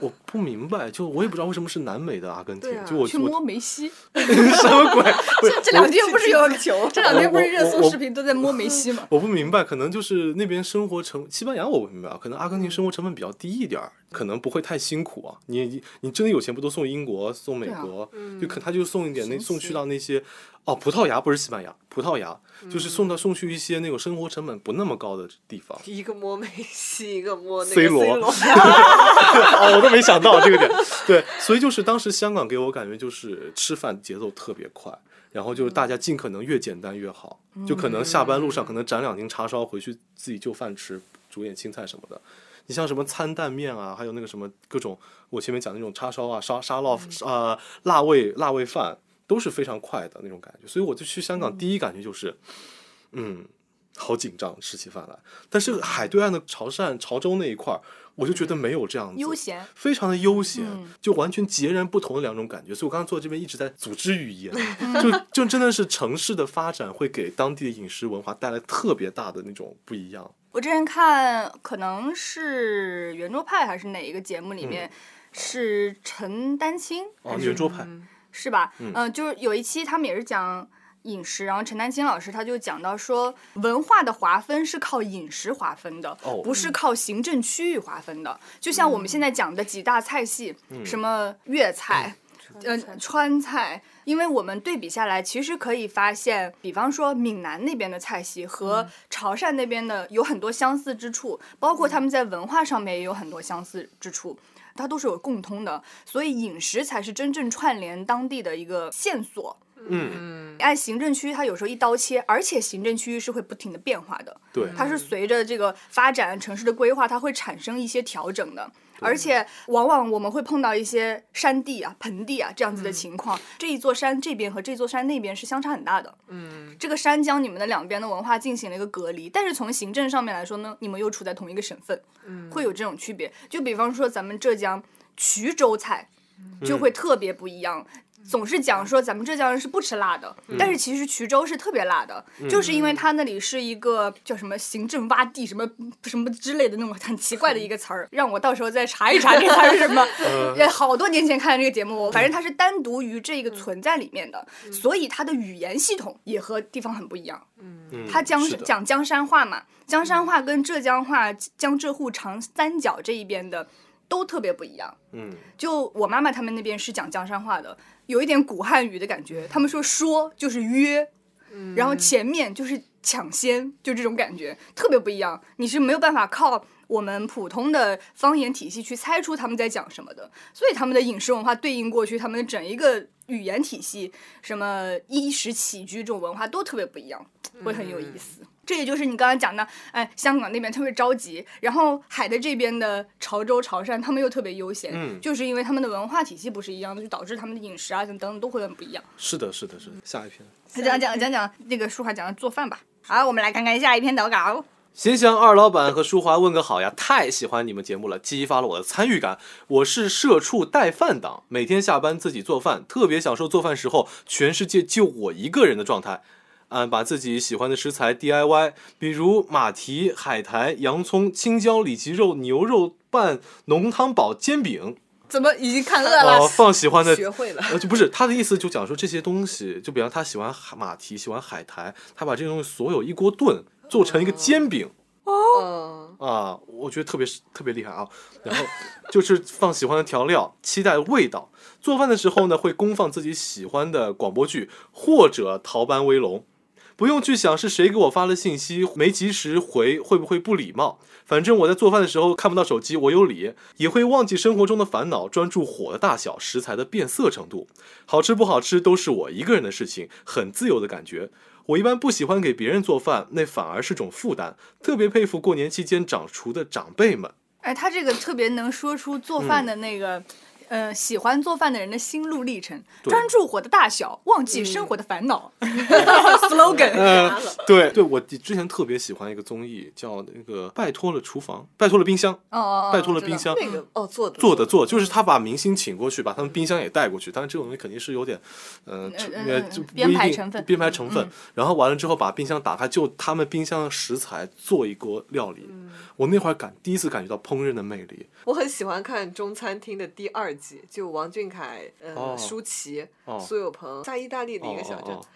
Speaker 2: 我不明白，就我也不知道为什么是南美的阿根廷，
Speaker 4: 对啊
Speaker 2: 就我
Speaker 1: 去
Speaker 2: 我
Speaker 1: 摸梅西，
Speaker 2: 什么鬼？不是
Speaker 1: 这两天不是有
Speaker 4: [laughs]
Speaker 1: 球？这两天不是
Speaker 2: 我
Speaker 1: 热
Speaker 2: 我
Speaker 1: 搜视频都在摸梅西吗？
Speaker 2: 我不明白，可能就是那边生活成西班牙我不明白啊，可能阿根廷生活成本比较低一点儿，可能不会太辛苦啊。你你真的有钱不都送英国、送美
Speaker 1: 对啊
Speaker 2: 国，就可他就送一点那
Speaker 4: 神
Speaker 2: 送去
Speaker 4: 奇
Speaker 2: 到那些哦，葡萄牙不是西班牙，葡萄牙就是
Speaker 1: 嗯
Speaker 2: 送到送去一些那种生活成本不那么高的地方。 [laughs]
Speaker 4: 一个摸梅西，一个摸那个
Speaker 2: C 罗
Speaker 4: C 罗， [laughs]
Speaker 2: 哦，我都没想到这个点。对，所以就是当时香港给我感觉就是吃饭节奏特别快，然后就是大家尽可能越简单越好，
Speaker 1: 嗯
Speaker 2: 就可能下班路上可能斩两斤叉烧回去自己就饭吃，煮点青菜什么的。你像什么餐蛋面啊，还有那个什么各种，我前面讲的那种叉烧啊、沙沙酪
Speaker 1: 嗯
Speaker 2: 啊、辣味辣味饭，都是非常快的那种感觉。所以我就去香港第一感觉就是，嗯，好紧张，吃起饭来。但是海对岸的潮汕、潮州那一块儿，我就觉得没有这样子，
Speaker 1: 悠闲，
Speaker 2: 非常的悠闲，
Speaker 1: 嗯
Speaker 2: 就完全截然不同的两种感觉。所以我刚刚坐这边一直在组织语言，
Speaker 1: 嗯
Speaker 2: [laughs] 就就真的是城市的发展会给当地的饮食文化带来特别大的那种不一样。
Speaker 1: 我之前看可能是圆桌派还是哪一个节目
Speaker 2: 嗯
Speaker 1: 里面，是陈丹青
Speaker 2: 哦，圆桌派，
Speaker 1: 是吧？嗯、就是有一期他们也是讲饮食，然后陈丹青老师他就讲到说，文化的划分是靠饮食划分的，
Speaker 2: 哦
Speaker 1: 不是靠行政区域划分的。就像我们现在讲的几大菜系，什么粤菜。呃，川菜，因为我们对比下来，其实可以发现，比方说闽南那边的菜系和潮汕那边的有很多相似之处，包括他们在文化上面也有很多相似之处。它都是有共通的，所以饮食才是真正串联当地的一个线索。
Speaker 2: 嗯，
Speaker 1: 按行政区，它有时候一刀切，而且行政区是会不停的变化的，
Speaker 2: 对，
Speaker 1: 它是随着这个发展、城市的规划，它会产生一些调整的。而且往往我们会碰到一些山地啊、盆地啊这样子的情况，这一座山这边和这座山那边是相差很大的。
Speaker 4: 嗯，
Speaker 1: 这个山将你们的两边的文化进行了一个隔离，但是从行政上面来说呢，你们又处在同一个省份，会有这种区别。就比方说咱们浙江衢州菜就会特别不一样。总是讲说咱们浙江人是不吃辣的，但是其实衢州是特别辣的，就是因为它那里是一个叫什么行政洼地什么什么之类的那种很奇怪的一个词儿，让我到时候再查一查这词儿是什么。也好多年前看的这个节目，我反正它是单独于这个存在里面的，所以它的语言系统也和地方很不一样。
Speaker 2: 嗯
Speaker 1: 他江
Speaker 2: 是的嗯
Speaker 1: 讲江山话嘛，江山话跟浙江话、江浙沪长三角这一边的都特别不一样。
Speaker 2: 嗯，
Speaker 1: 就我妈妈他们那边是讲江山话的，有一点古汉语的感觉。他们说说就是约，然后前面就是抢先，就这种感觉特别不一样。你是没有办法靠我们普通的方言体系去猜出他们在讲什么的，所以他们的饮食文化对应过去，他们的整一个语言体系，什么衣食起居这种文化都特别不一样，会很有意思。这也就是你刚刚讲的，哎，香港那边特别着急，然后海的这边的潮州、潮汕，他们又特别悠闲，
Speaker 2: 嗯
Speaker 1: 就是因为他们的文化体系不是一样的，就导致他们的饮食啊等等都会很不一样。
Speaker 2: 是的，是的，是的。下一篇，
Speaker 1: 讲讲讲讲那个舒华讲的做饭吧。好，我们来看看下一篇投稿。
Speaker 2: 先向二老板和舒华问个好呀！太喜欢你们节目了，激发了我的参与感。我是社畜带饭党，每天下班自己做饭，特别享受做饭时候全世界就我一个人的状态。啊，把自己喜欢的食材 DIY，比如马蹄、海苔、洋葱、青椒、里脊肉、牛肉拌浓汤宝煎饼，
Speaker 1: 怎么已经看饿了？
Speaker 2: 哦，放喜欢的
Speaker 4: 学会了。
Speaker 2: 呃，就不是他的意思，就讲说这些东西，就比方他喜欢海马蹄，喜欢海苔，他把这些东西所有一锅炖，做成一个煎饼
Speaker 4: 嗯，
Speaker 2: 啊，我觉得特别是特别厉害啊。然后就是放喜欢的调料，期待味道。做饭的时候呢，会公放自己喜欢的广播剧或者《逃班威龙》。不用去想是谁给我发了信息，没及时回会不会不礼貌。反正我在做饭的时候看不到手机，我有理，也会忘记生活中的烦恼，专注火的大小、食材的变色程度。好吃不好吃都是我一个人的事情，很自由的感觉。我一般不喜欢给别人做饭，那反而是种负担。特别佩服过年期间掌厨的长辈们。
Speaker 1: 哎，他这个特别能说出做饭的那个，呃，喜欢做饭的人的心路历程，
Speaker 2: 对
Speaker 1: 专注火的大小，忘记
Speaker 4: 嗯
Speaker 1: 生活的烦恼。slogan，
Speaker 2: 呃，对对，我之前特别喜欢一个综艺，叫那个《拜托了厨房》，拜托了冰箱，
Speaker 1: 哦哦，哦
Speaker 2: 拜托了
Speaker 1: 知道
Speaker 2: 冰箱。
Speaker 4: 那个哦，做的
Speaker 2: 做的做，就是他把明星请过去，把他们冰箱也带过去。当然，这种东西肯定是有点，呃，成
Speaker 1: 嗯
Speaker 2: 呃
Speaker 1: 嗯
Speaker 2: 就不
Speaker 1: 编
Speaker 2: 一
Speaker 1: 排
Speaker 2: 定
Speaker 1: 成分嗯
Speaker 2: 编排成分。然后完了之后，把冰箱打开，就他们冰箱的食材做一锅料理。
Speaker 1: 嗯
Speaker 2: 我那会儿感第一次感觉到烹饪的魅力。
Speaker 4: 我很喜欢看《中餐厅》的第二季，就王俊凯、呃、
Speaker 2: 哦
Speaker 4: 舒淇、
Speaker 2: 哦
Speaker 4: 苏有朋在意大利的一个小镇，
Speaker 2: 哦哦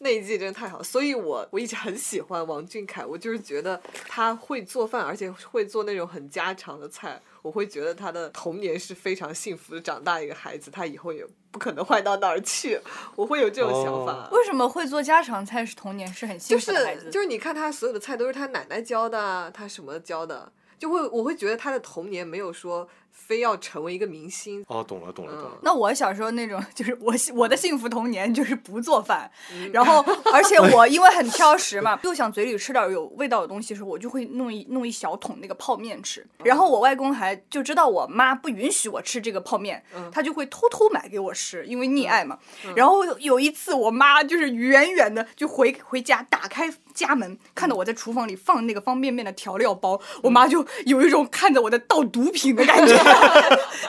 Speaker 4: 那一季真的太好，所以我我一直很喜欢王俊凯，我就是觉得他会做饭，而且会做那种很家常的菜，我会觉得他的童年是非常幸福的，长大一个孩子，他以后也不可能坏到哪儿去，我会有这种想
Speaker 2: 哦
Speaker 4: 法。
Speaker 1: 为什么会做家常菜是童年是很幸
Speaker 4: 就
Speaker 1: 福的孩子？
Speaker 4: 是就是你看他所有的菜都是他奶奶教的啊，他什么教的，就会我会觉得他的童年没有说非要成为一个明星，
Speaker 2: 哦，懂了懂了懂了。
Speaker 1: 那我小时候那种，就是我幸我的幸福童年就是不做饭，然后而且我因为很挑食嘛，又想嘴里吃点有味道的东西的时候，我就会弄一弄一小桶那个泡面吃。然后我外公还就知道我妈不允许我吃这个泡面，他就会偷偷买给我吃，因为溺爱嘛。然后有一次我妈就是远远的就回回家，打开家门，看到我在厨房里放那个方便面的调料包，我妈就有一种看着我在倒毒品的感觉。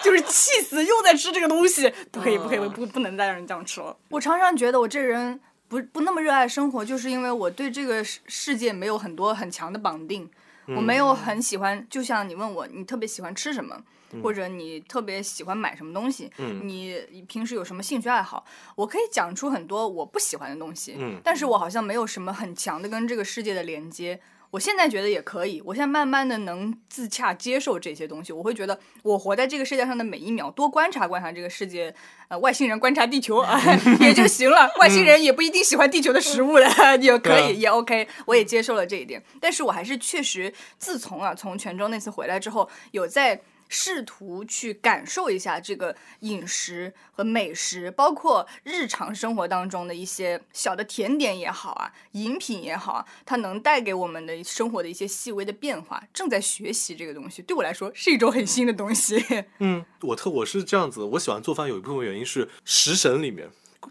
Speaker 1: 就是气死，又在吃这个东西，不可以，不可以，
Speaker 4: 嗯
Speaker 1: 不不能再让人这样吃了。我常常觉得我这人不不那么热爱生活，就是因为我对这个世世界没有很多很强的绑定，我
Speaker 2: 嗯
Speaker 1: 没有很喜欢。就像你问我，你特别喜欢吃什么？或者你特别喜欢买什么东西，
Speaker 2: 嗯
Speaker 1: 你平时有什么兴趣爱好？我可以讲出很多我不喜欢的东西，
Speaker 2: 嗯
Speaker 1: 但是我好像没有什么很强的跟这个世界的连接。我现在觉得也可以，我现在慢慢的能自洽接受这些东西，我会觉得我活在这个世界上的每一秒，多观察观察这个世界，呃，外星人观察地球啊、也就行了，外星人也不一定喜欢地球的食物的，也可
Speaker 2: 对
Speaker 1: 以，也 OK，我也接受了这一点，但是我还是确实自从啊从泉州那次回来之后，有在。试图去感受一下这个饮食和美食，包括日常生活当中的一些小的甜点也好啊，饮品也好啊，它能带给我们的生活的一些细微的变化。正在学习这个东西，对我来说是一种很新的东西。 [laughs]
Speaker 2: 嗯，我特我是这样子，我喜欢做饭有一部分原因是《食神》里面。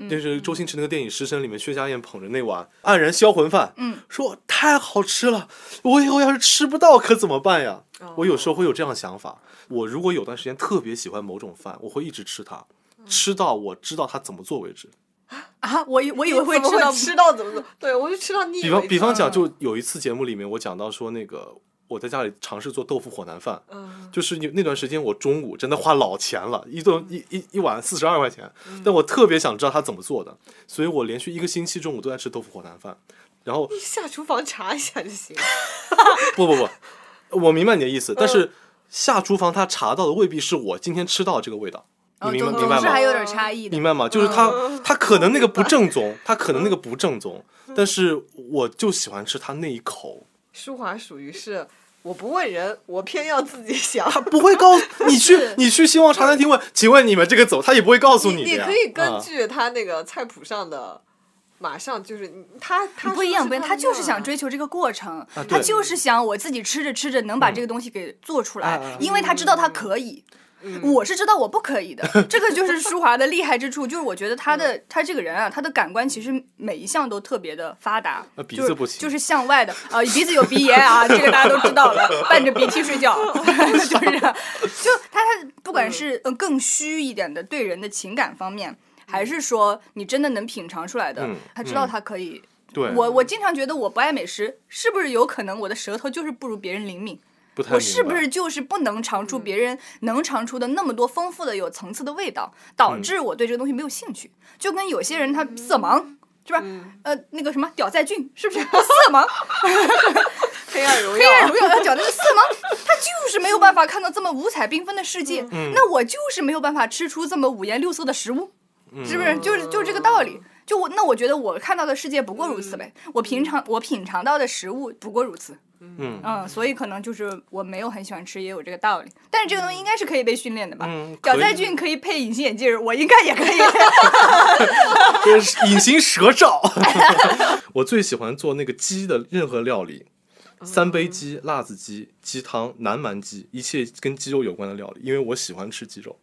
Speaker 2: 就是周星驰那个电影《食神》里面，薛家燕捧着那碗黯然销魂饭，
Speaker 1: 嗯，
Speaker 2: 说太好吃了，我以后要是吃不到可怎么办呀？
Speaker 4: 嗯
Speaker 2: 我有时候会有这样的想法，我如果有段时间特别喜欢某种饭，我会一直吃它，吃到我知道它怎么做为止。
Speaker 1: 啊，我以我以为会
Speaker 4: 怎么
Speaker 1: 吃到
Speaker 4: 会吃到怎么做？对我就吃到腻。
Speaker 2: 比方比方，讲，就有一次节目里面我讲到说，那个我在家里尝试做豆腐火腩饭，
Speaker 4: 嗯，
Speaker 2: 就是你那段时间我中午真的花老钱了，一顿一一一碗四十二块钱，
Speaker 1: 嗯
Speaker 2: 但我特别想知道它怎么做的，所以我连续一个星期中午都在吃豆腐火腩饭。然
Speaker 1: [laughs]
Speaker 2: 后
Speaker 4: 下厨房查一下就行。
Speaker 2: 不不不，我明白你的意
Speaker 1: 嗯
Speaker 2: 思，但是下厨房他查到的未必是我今天吃到的这个味道，你
Speaker 1: 哦，
Speaker 2: 明白
Speaker 1: 总
Speaker 2: 明
Speaker 1: 总
Speaker 2: 白
Speaker 1: 是
Speaker 2: 吗
Speaker 1: 还？有点嗯差异的。
Speaker 2: 明白吗？就是他，他可能那个不正
Speaker 1: [laughs]
Speaker 2: 宗，他可能那个不正宗，
Speaker 1: 嗯
Speaker 2: 但是我就喜欢吃他那一口。
Speaker 4: 舒华属于是，我不问人，我偏要自己想。
Speaker 2: 他不会告诉你
Speaker 1: [laughs]
Speaker 2: 去，你去希望茶餐厅问，请问你们这个走，他也不会告诉
Speaker 4: 你
Speaker 2: 的呀。
Speaker 4: 可以根
Speaker 2: 啊
Speaker 4: 据他那个菜谱上的，马上就是你他他
Speaker 1: 不一样，不一
Speaker 4: 跟
Speaker 1: 样，他嗯就是想追求这个过程，他
Speaker 2: 啊对嗯
Speaker 1: 就是想我自己吃着吃着能把这个东西给做出来，
Speaker 2: 啊啊啊
Speaker 1: 因为他知道他可以。我是知道我不可以的，这个就是舒华的厉害之处，就是我觉得他的、他这个人啊，他的感官其实每一项都特别的发达，
Speaker 2: 呃鼻
Speaker 1: 就是
Speaker 2: 子不行
Speaker 1: 就是向外的啊、鼻子有鼻炎啊，这个大家都知道了，伴着鼻涕睡 [laughs] 觉，就是就他他不管是呃更虚一点的对人的情感方面，还是说你真的能品尝出来的，
Speaker 2: 嗯
Speaker 1: 他知道
Speaker 2: 嗯
Speaker 1: 他可以
Speaker 2: 对，
Speaker 1: 我我经常觉得我不爱美食，是不是有可能我的舌头就是不如别人灵敏？
Speaker 2: 不太
Speaker 1: 我
Speaker 2: 明
Speaker 1: 是不
Speaker 2: 白
Speaker 1: 是就是不能尝出别人能尝出的那么多丰富的、有层次的味道，
Speaker 2: 嗯
Speaker 1: 导致我对这个东西没有兴趣？就跟有些人他色盲。是吧？呃，那个什么，屌在俊是不是色盲？
Speaker 4: 黑暗荣
Speaker 1: 黑暗
Speaker 4: 耀，
Speaker 1: 荣耀他讲的是色
Speaker 2: [laughs]
Speaker 1: 盲，他就是没有办法看到这么五彩缤纷的世
Speaker 2: 嗯
Speaker 1: 界。那我就是没有办法吃出这么五颜六色的食物。
Speaker 2: 嗯
Speaker 1: 是不是？就是就是这个道理。就我那我觉得我看到的世界不过如此呗，我平常我品尝到的食物不过如此。
Speaker 2: 嗯
Speaker 1: 嗯，所以可能就是我没有很喜欢吃，也有这个道理。但是这个东西应该是可以被训练的吧？
Speaker 2: 嗯
Speaker 1: 屌
Speaker 2: 可
Speaker 1: 在
Speaker 2: 以
Speaker 1: [laughs] 俊可以配隐形眼镜儿，我应该也可以。
Speaker 2: 就是隐形蛇照。 [laughs] 我最喜欢做那个鸡的任何料理，
Speaker 1: 嗯
Speaker 2: 三杯鸡、辣子鸡、鸡汤、南蛮鸡，一切跟鸡肉有关的料理，因为我喜欢吃鸡肉。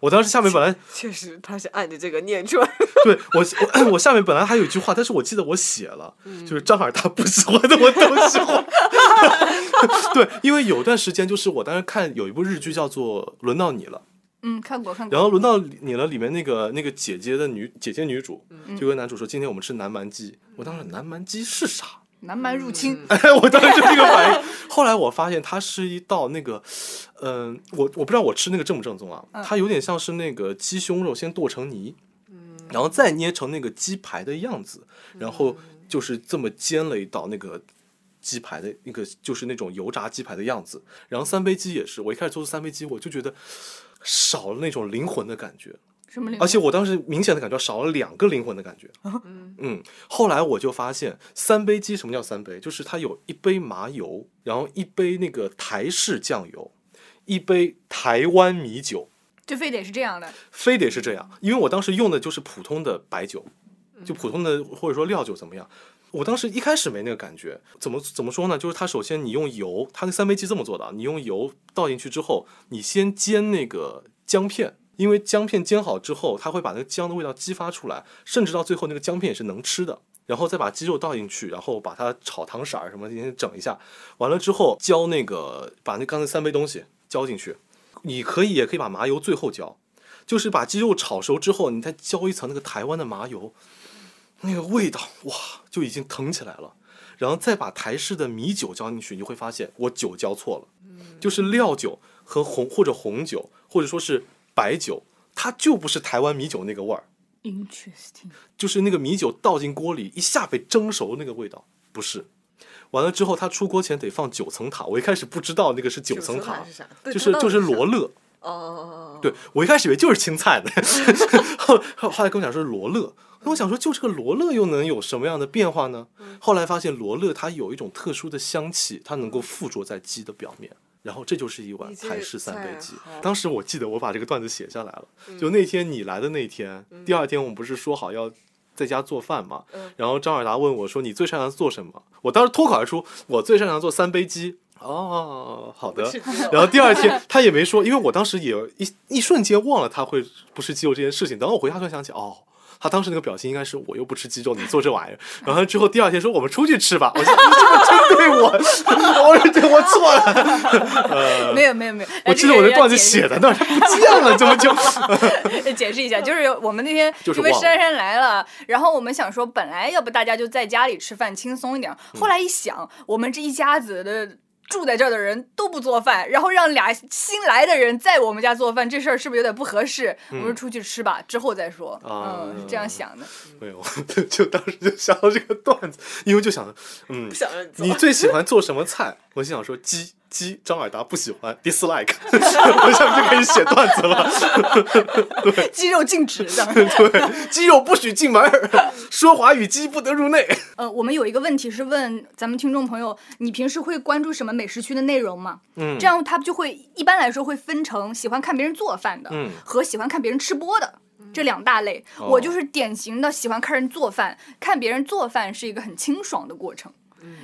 Speaker 2: 我当时下面本
Speaker 1: [laughs]
Speaker 2: 来
Speaker 4: 确实他是按着这个念出来。
Speaker 2: 对我我 [coughs] 我下面本来还有一句话，但是我记得我写了，
Speaker 1: 嗯
Speaker 2: 就是张海他不喜欢的我都喜
Speaker 1: [laughs]
Speaker 2: 欢。 [laughs] 对，因为有段时间就是我当时看有一部日剧叫做《轮到你了》，
Speaker 1: [laughs] 嗯，看过看
Speaker 2: [laughs]
Speaker 1: 过。
Speaker 2: 然后轮到你了，里面那个那个姐姐的女姐姐女主就跟男主说：“今天我们吃南蛮鸡。”我当时南蛮鸡是啥？ [laughs]
Speaker 1: 南蛮入侵，
Speaker 2: 哎，我当时就这个反应。后来我发现它是一道那个，嗯、我我不知道我吃那个正不正宗啊，它有点像是那个鸡胸肉先剁成泥，然后再捏成那个鸡排的样子，然后就是这么煎了一道那个。鸡排的那个就是那种油炸鸡排的样子，然后三杯鸡也是。我一开始做三杯鸡，我就觉得少了那种灵魂的感觉，
Speaker 1: 什么灵
Speaker 2: 而且我当时明显的感觉到少了两个灵魂的感觉。嗯，后来我就发现三杯鸡什么叫三杯？就是它有一杯麻油，然后一杯那个台式酱油，一杯台湾米酒，
Speaker 1: 就非得是这样的。
Speaker 2: 非得是这样。因为我当时用的就是普通的白酒，就普通的或者说料酒怎么样？我当时一开始没那个感觉，怎么怎么说呢？就是它首先你用油，它那三杯鸡这么做的啊，你用油倒进去之后，你先煎那个姜片，因为姜片煎好之后，它会把那个姜的味道激发出来，甚至到最后那个姜片也是能吃的。然后再把鸡肉倒进去，然后把它炒糖色儿什么先整一下，完了之后浇那个把那刚才三杯东西浇进去，你可以也可以把麻油最后浇，就是把鸡肉炒熟之后，你再浇一层那个台湾的麻油，那个味道哇就已经腾起来了，然后再把台式的米酒浇进去，你就会发现我酒浇错了，就是料酒和红或者红酒或者说是白酒，它就不是台湾米酒那个味儿，
Speaker 1: Interesting。
Speaker 2: 就是那个米酒倒进锅里一下被蒸熟那个味道，不是。完了之后，它出锅前得放九层塔，我一开始不知道那个是九层塔
Speaker 4: 是，啥？对
Speaker 2: 就是
Speaker 4: 它到
Speaker 2: 就
Speaker 4: 底
Speaker 2: 是
Speaker 4: 啥
Speaker 2: 罗勒。
Speaker 4: 哦哦哦，
Speaker 2: 对我一开始以为就是青
Speaker 4: [laughs]
Speaker 2: 菜呢，后后后来跟我讲说罗勒，那我想说就这个罗勒又能有什么样的变化呢？
Speaker 4: 嗯
Speaker 2: 后来发现罗勒它有一种特殊的香气，它能够附着在鸡的表面。然后这就是一碗
Speaker 4: 你这
Speaker 2: 台式三杯
Speaker 4: 太
Speaker 2: 鸡
Speaker 4: 好。嗯
Speaker 2: 当时我记得我把这个段子写下来了。就那天你来的那天，第二天我们不是说好要在家做饭嘛？
Speaker 4: 嗯
Speaker 2: 然后张尔达问我说：“你最擅长做什么？”我当时脱口而出：“我最擅长做三杯鸡。”哦，好的。 [laughs] 然后第二天他也没说，因为我当时也一一瞬间忘了他会不是鸡肉这件事情。等我回家突然想起，哦，他当时那个表情应该是我又不吃鸡肉，你做这玩意儿。然后之后第二天说我们出去吃吧，我说你这么针对我，我说对我错了。
Speaker 1: 没有没有没有，哎
Speaker 2: 我记得我那段子写在那儿，它不见了，怎么就？
Speaker 1: 的 [laughs] 解释一下，就是我们那天
Speaker 2: 就是
Speaker 1: 因为
Speaker 2: 忘了
Speaker 1: 珊珊来了，然后我们想说本来要不大家就在家里吃饭轻松一点儿，
Speaker 2: 嗯
Speaker 1: 后来一想，我们这一家子的。住在这儿的人都不做饭，然后让俩新来的人在我们家做饭，这事儿是不是有点不合适？我们出去吃吧，之后再说。
Speaker 2: 嗯啊
Speaker 1: 嗯，是这样想的。
Speaker 2: 没有，就当时就想到这个段子，因为就想，嗯，
Speaker 4: 不想让你做 [laughs]
Speaker 2: 你。最喜欢做什么菜？我心想说鸡鸡，张尔达不喜欢，dislike，我 [laughs] 下面就可以写段子了。
Speaker 1: 肌肉静止的。
Speaker 2: 对，鸡肉不许进门儿， [laughs] 说华语鸡不得入内。
Speaker 1: 呃，我们有一个问题是问咱们听众朋友，你平时会关注什么美食区的内容吗？
Speaker 2: 嗯
Speaker 1: 这样他就会一般来说会分成喜欢看别人做饭的，
Speaker 2: 嗯
Speaker 1: 和喜欢看别人吃播的。这两大类，
Speaker 2: 哦
Speaker 1: 我就是典型的喜欢看人做饭，看别人做饭是一个很清爽的过程。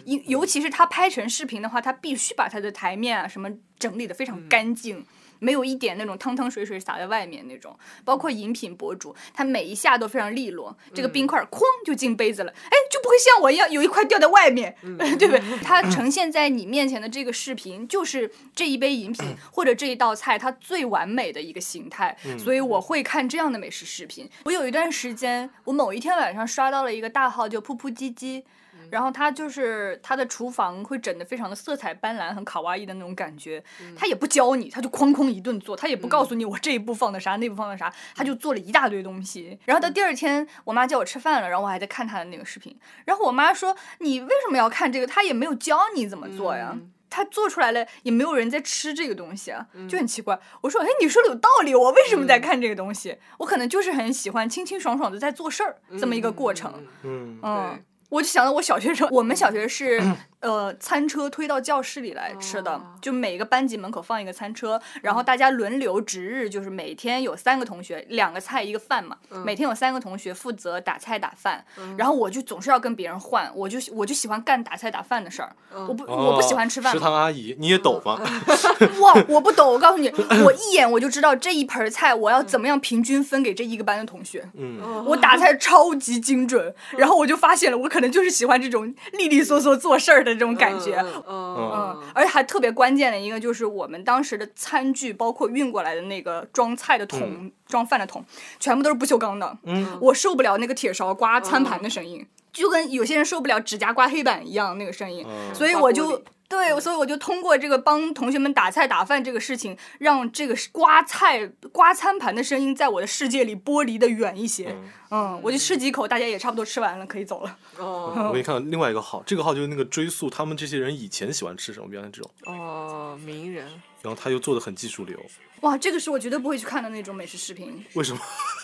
Speaker 1: 尤尤其是他拍成视频的话，他必须把他的台面啊什么整理的非常干净，没有一点那种汤汤水水洒在外面那种。包括饮品博主，他每一下都非常利落，这个冰块儿哐就进杯子了，哎，就不会像我一样有一块掉在外面， [laughs] 对不对？它呈现在你面前的这个视频，就是这一杯饮品或者这一道菜它最完美的一个形态，所以我会看这样的美食视频。我有一段时间，我某一天晚上刷到了一个大号叫“噗噗唧唧”。
Speaker 2: 嗯
Speaker 1: 然后他就是他的厨房会整的非常的色彩斑斓，很卡哇伊的那种感觉。
Speaker 2: 嗯
Speaker 1: 他也不教你，他就哐哐一顿做，他也不告诉你我这一步放的啥，那步放的啥，
Speaker 2: 嗯
Speaker 1: 他就做了一大堆东西。然后到第二天，我妈叫我吃饭了，然后我还在看他的那个视频。然后我妈说：“你为什么要看这个？他也没有教你怎么做呀。
Speaker 2: 嗯
Speaker 1: 他做出来了，也没有人在吃这个东西啊，就很奇怪。我说，哎，你说的有道理，我为什么
Speaker 2: 嗯
Speaker 1: 在看这个东西？我可能就是很喜欢清清爽爽的在做事儿这么一个过程。
Speaker 2: 嗯
Speaker 1: 嗯
Speaker 4: 嗯，
Speaker 1: 我就想到我小学时候，我们小
Speaker 2: [clears throat]
Speaker 1: 学是呃餐车推到教室里来吃的，
Speaker 4: 哦
Speaker 1: 就每个班级门口放一个餐车，然后大家轮流值日，就是每天有三个同学，两个菜一个饭嘛，每天有三个同学负责打菜打饭，然后我就总是要跟别人换，我就我就喜欢干打菜打饭的事儿，我不、我不喜欢吃饭
Speaker 2: 哦食
Speaker 1: 嘛，
Speaker 2: 堂阿姨，你也懂吗？
Speaker 1: [laughs] 哇，我不懂，我告诉你，我一眼我就知道这一盆菜我要怎么样平均分给这一个班的同学，
Speaker 2: 嗯，
Speaker 4: 哦
Speaker 1: 我打菜超级精准，然后我就发现了，我可能就是喜欢这种利利索索做事儿的这种感觉。
Speaker 4: 嗯
Speaker 1: 嗯
Speaker 4: 嗯，
Speaker 1: 而且还特别关键的一个就是我们当时的餐具，包括运过来的那个装菜的桶、装饭的桶，全部都是不锈钢的。
Speaker 2: 嗯，
Speaker 1: 我受不了那个铁勺
Speaker 4: 嗯
Speaker 1: 刮餐盘的声音，就跟有些人受不了指甲刮黑板一样那个声音。
Speaker 2: 嗯
Speaker 1: 所以
Speaker 4: 刮
Speaker 1: 我
Speaker 4: 玻
Speaker 1: 就
Speaker 4: 璃
Speaker 1: 对，所以我就通过这个帮同学们打菜打饭这个事情，让这个是刮菜刮餐盘的声音在我的世界里剥离的远一些。嗯
Speaker 2: 嗯
Speaker 1: 我就吃几口，大家也差不多吃完了，可以走了。
Speaker 4: 哦
Speaker 2: 我给你看另外一个号，这个号就是那个追溯他们这些人以前喜欢吃什么，比方像这种，
Speaker 4: 哦，名人，
Speaker 2: 然后他又做的很技术流，
Speaker 1: 哇，这个是我绝对不会去看的那种美食视频，
Speaker 2: 为什么？ [laughs]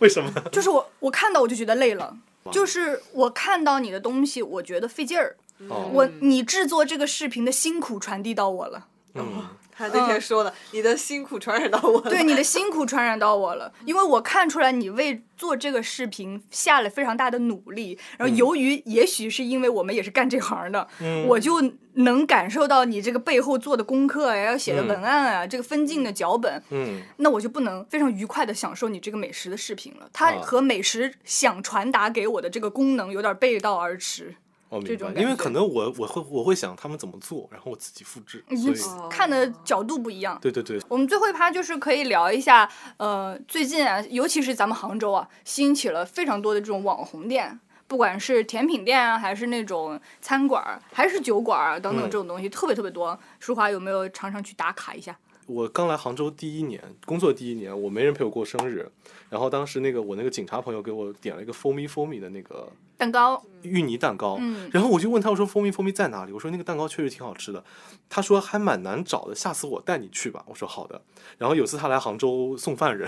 Speaker 2: 为什么？
Speaker 1: 就是我我看到我就觉得累了。就是我看到你的东西，我觉得费劲儿。
Speaker 2: 哦，
Speaker 1: 嗯我你制作这个视频的辛苦传递到我了，
Speaker 2: 嗯，
Speaker 4: 他那天说了，你的辛苦传染到我了。 [laughs]
Speaker 1: 对你的辛苦传染到我了，因为我看出来你为做这个视频下了非常大的努力，然后由于也许是因为我们也是干这行的，我就能感受到你这个背后做的功课呀、要写的
Speaker 2: 嗯
Speaker 1: 文案啊、这个分镜的脚本，
Speaker 2: 嗯，
Speaker 1: 那我就不能非常愉快的享受你这个美食的视频了，它
Speaker 2: 啊
Speaker 1: 和美食想传达给我的这个功能有点背道而驰。
Speaker 2: 我
Speaker 1: 这
Speaker 2: 哦明
Speaker 1: 种
Speaker 2: 白，
Speaker 1: 感
Speaker 2: 因为
Speaker 1: 觉
Speaker 2: 可能我我会我会想他们怎么做，然后我自己复制，
Speaker 1: 嗯
Speaker 2: 所以
Speaker 4: 哦
Speaker 1: 看的角度不一样，
Speaker 2: 对对对，
Speaker 1: 我们最后一趴就是可以聊一下，呃，最近啊，尤其是咱们杭州啊，兴起了非常多的这种网红店，不管是甜品店啊，还是那种餐馆儿，还是酒馆儿啊等等
Speaker 2: 嗯
Speaker 1: 这种东西，特别特别多。舒华有没有常常去打卡一下？
Speaker 2: 我刚来杭州第一年，工作第一年，我没人陪我过生日，然后当时那个我那个警察朋友给我点了一个蜂蜜蜂蜜的那个
Speaker 1: 蛋糕， [laughs]
Speaker 2: 芋泥蛋糕，
Speaker 1: 嗯
Speaker 2: 然后我就问他我说蜂蜜蜂蜜在哪里？我说那个蛋糕确实挺好吃的，他说还蛮难找的，下次我带你去吧。我说好的。然后有次他来杭州送饭人，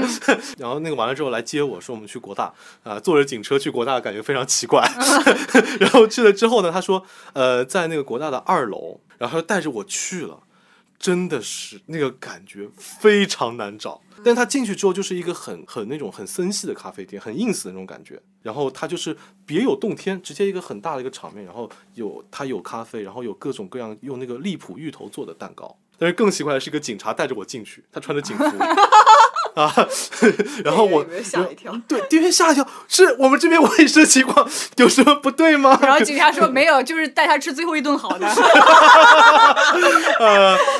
Speaker 2: [laughs] 然后那个完了之后来接我说我们去国大啊、坐着警车去国大感觉非常奇
Speaker 4: [laughs]
Speaker 2: 怪。 [laughs] 然后去了之后呢，他说呃在那个国大的二楼，然后他就带着我去了。真的是那个感觉非常难找。但他进去之后就是一个很很那种很森系的咖啡店，很 ins 的那种感觉。然后他就是别有洞天，直接一个很大的一个场面，然后有他有咖啡，然后有各种各样用那
Speaker 4: [laughs]
Speaker 2: 个荔浦芋头做的蛋糕。但是更奇怪的是，一个警察带着我进去，他穿着警服，啊， [laughs] 然后哦我
Speaker 4: 有没有吓一跳？
Speaker 2: 对店员吓一跳，是我们这边卫生情况有什么不对吗？
Speaker 1: 然
Speaker 2: [laughs]
Speaker 1: 后警察说没有，就是带他吃最后一顿好的。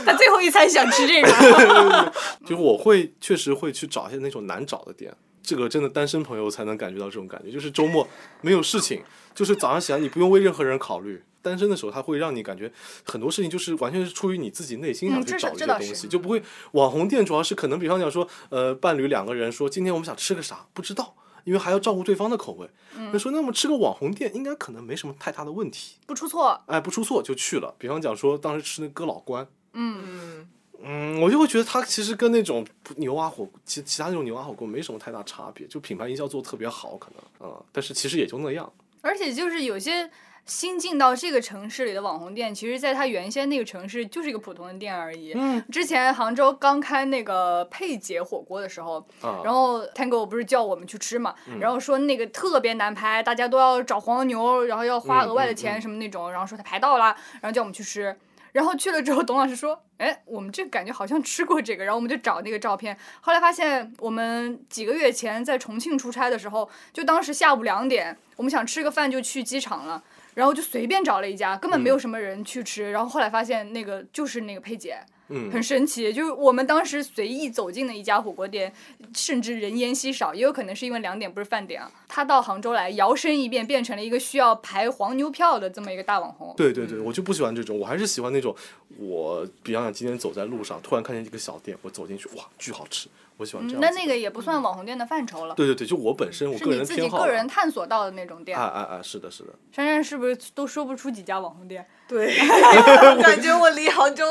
Speaker 1: 他最后一餐想吃这个。
Speaker 2: 就是我会确实会去找一些那种难找的店，这个真的单身朋友才能感觉到这种感觉，就是周末没有事情，就是早上起来你不用为任何人考虑。单身的时候，它会让你感觉很多事情就是完全是出于你自己内心想
Speaker 7: 嗯
Speaker 2: 去
Speaker 7: 这是
Speaker 2: 找一些
Speaker 7: 这倒
Speaker 2: 东
Speaker 7: 是
Speaker 2: 西，就不会网红店主要是可能比方讲说，呃，伴侣两个人说今天我们想吃个啥，不知道。因为还要照顾对方的口味，
Speaker 7: 嗯
Speaker 2: 那说那我们吃个网红店应该可能没什么太大的问题，
Speaker 7: 不出错，
Speaker 2: 哎，不出错就去了。比方讲说当时吃那哥老关，
Speaker 4: 嗯，
Speaker 2: 嗯，我就会觉得它其实跟那种牛蛙火锅，其其他那种牛蛙火锅没什么太大差别，就品牌营销做得特别好，可能啊、嗯但是其实也就那样。
Speaker 1: 而且就是有些新进到这个城市里的网红店，其实在他原先那个城市就是一个普通的店而已。
Speaker 2: 嗯
Speaker 1: 之前杭州刚开那个佩姐火锅的时候，
Speaker 2: 啊，
Speaker 1: 然后 Tango 不是叫我们去吃嘛，
Speaker 2: 嗯
Speaker 1: 然后说那个特别难排，大家都要找黄牛，然后要花
Speaker 2: 嗯
Speaker 1: 额外的
Speaker 2: 嗯
Speaker 1: 钱什么那种，然后说他排到了，然后叫我们去吃。然后去了之后，董老师说：“哎，我们这感觉好像吃过这个。”然后我们就找那个照片。后来发现，我们几个月前在重庆出差的时候，就当时下午两点，我们想吃个饭就去机场了，然后就随便找了一家，根本
Speaker 2: 嗯
Speaker 1: 没有什么人去吃。然后后来发现，那个就是那个佩姐，很
Speaker 2: 嗯，
Speaker 1: 神奇，就是我们当时随意走进的一家火锅店，甚至人烟稀少，也有可能是因为两点不是饭点啊。他到杭州来，摇身一变，变成了一个需要排黄牛票的这么一个大网红。
Speaker 2: 对对对，我就不喜欢这种，我还是喜欢那种，我比方讲今天走在路上，突然看见一个小店，我走进去，哇，巨好吃，我喜欢这样
Speaker 1: 嗯那
Speaker 2: 子嗯
Speaker 1: 那个也不算网红店的范畴了，
Speaker 2: 对对对，就我本身我
Speaker 1: 是
Speaker 2: 个
Speaker 1: 你
Speaker 2: 人
Speaker 1: 自己
Speaker 2: 偏好啊
Speaker 1: 个
Speaker 2: 吧。
Speaker 1: 人探索到的那种店
Speaker 2: 哎。哎哎，是的，是的，
Speaker 1: 珊珊是不是都说不出几家网红店？
Speaker 4: 对，我感觉我离杭州，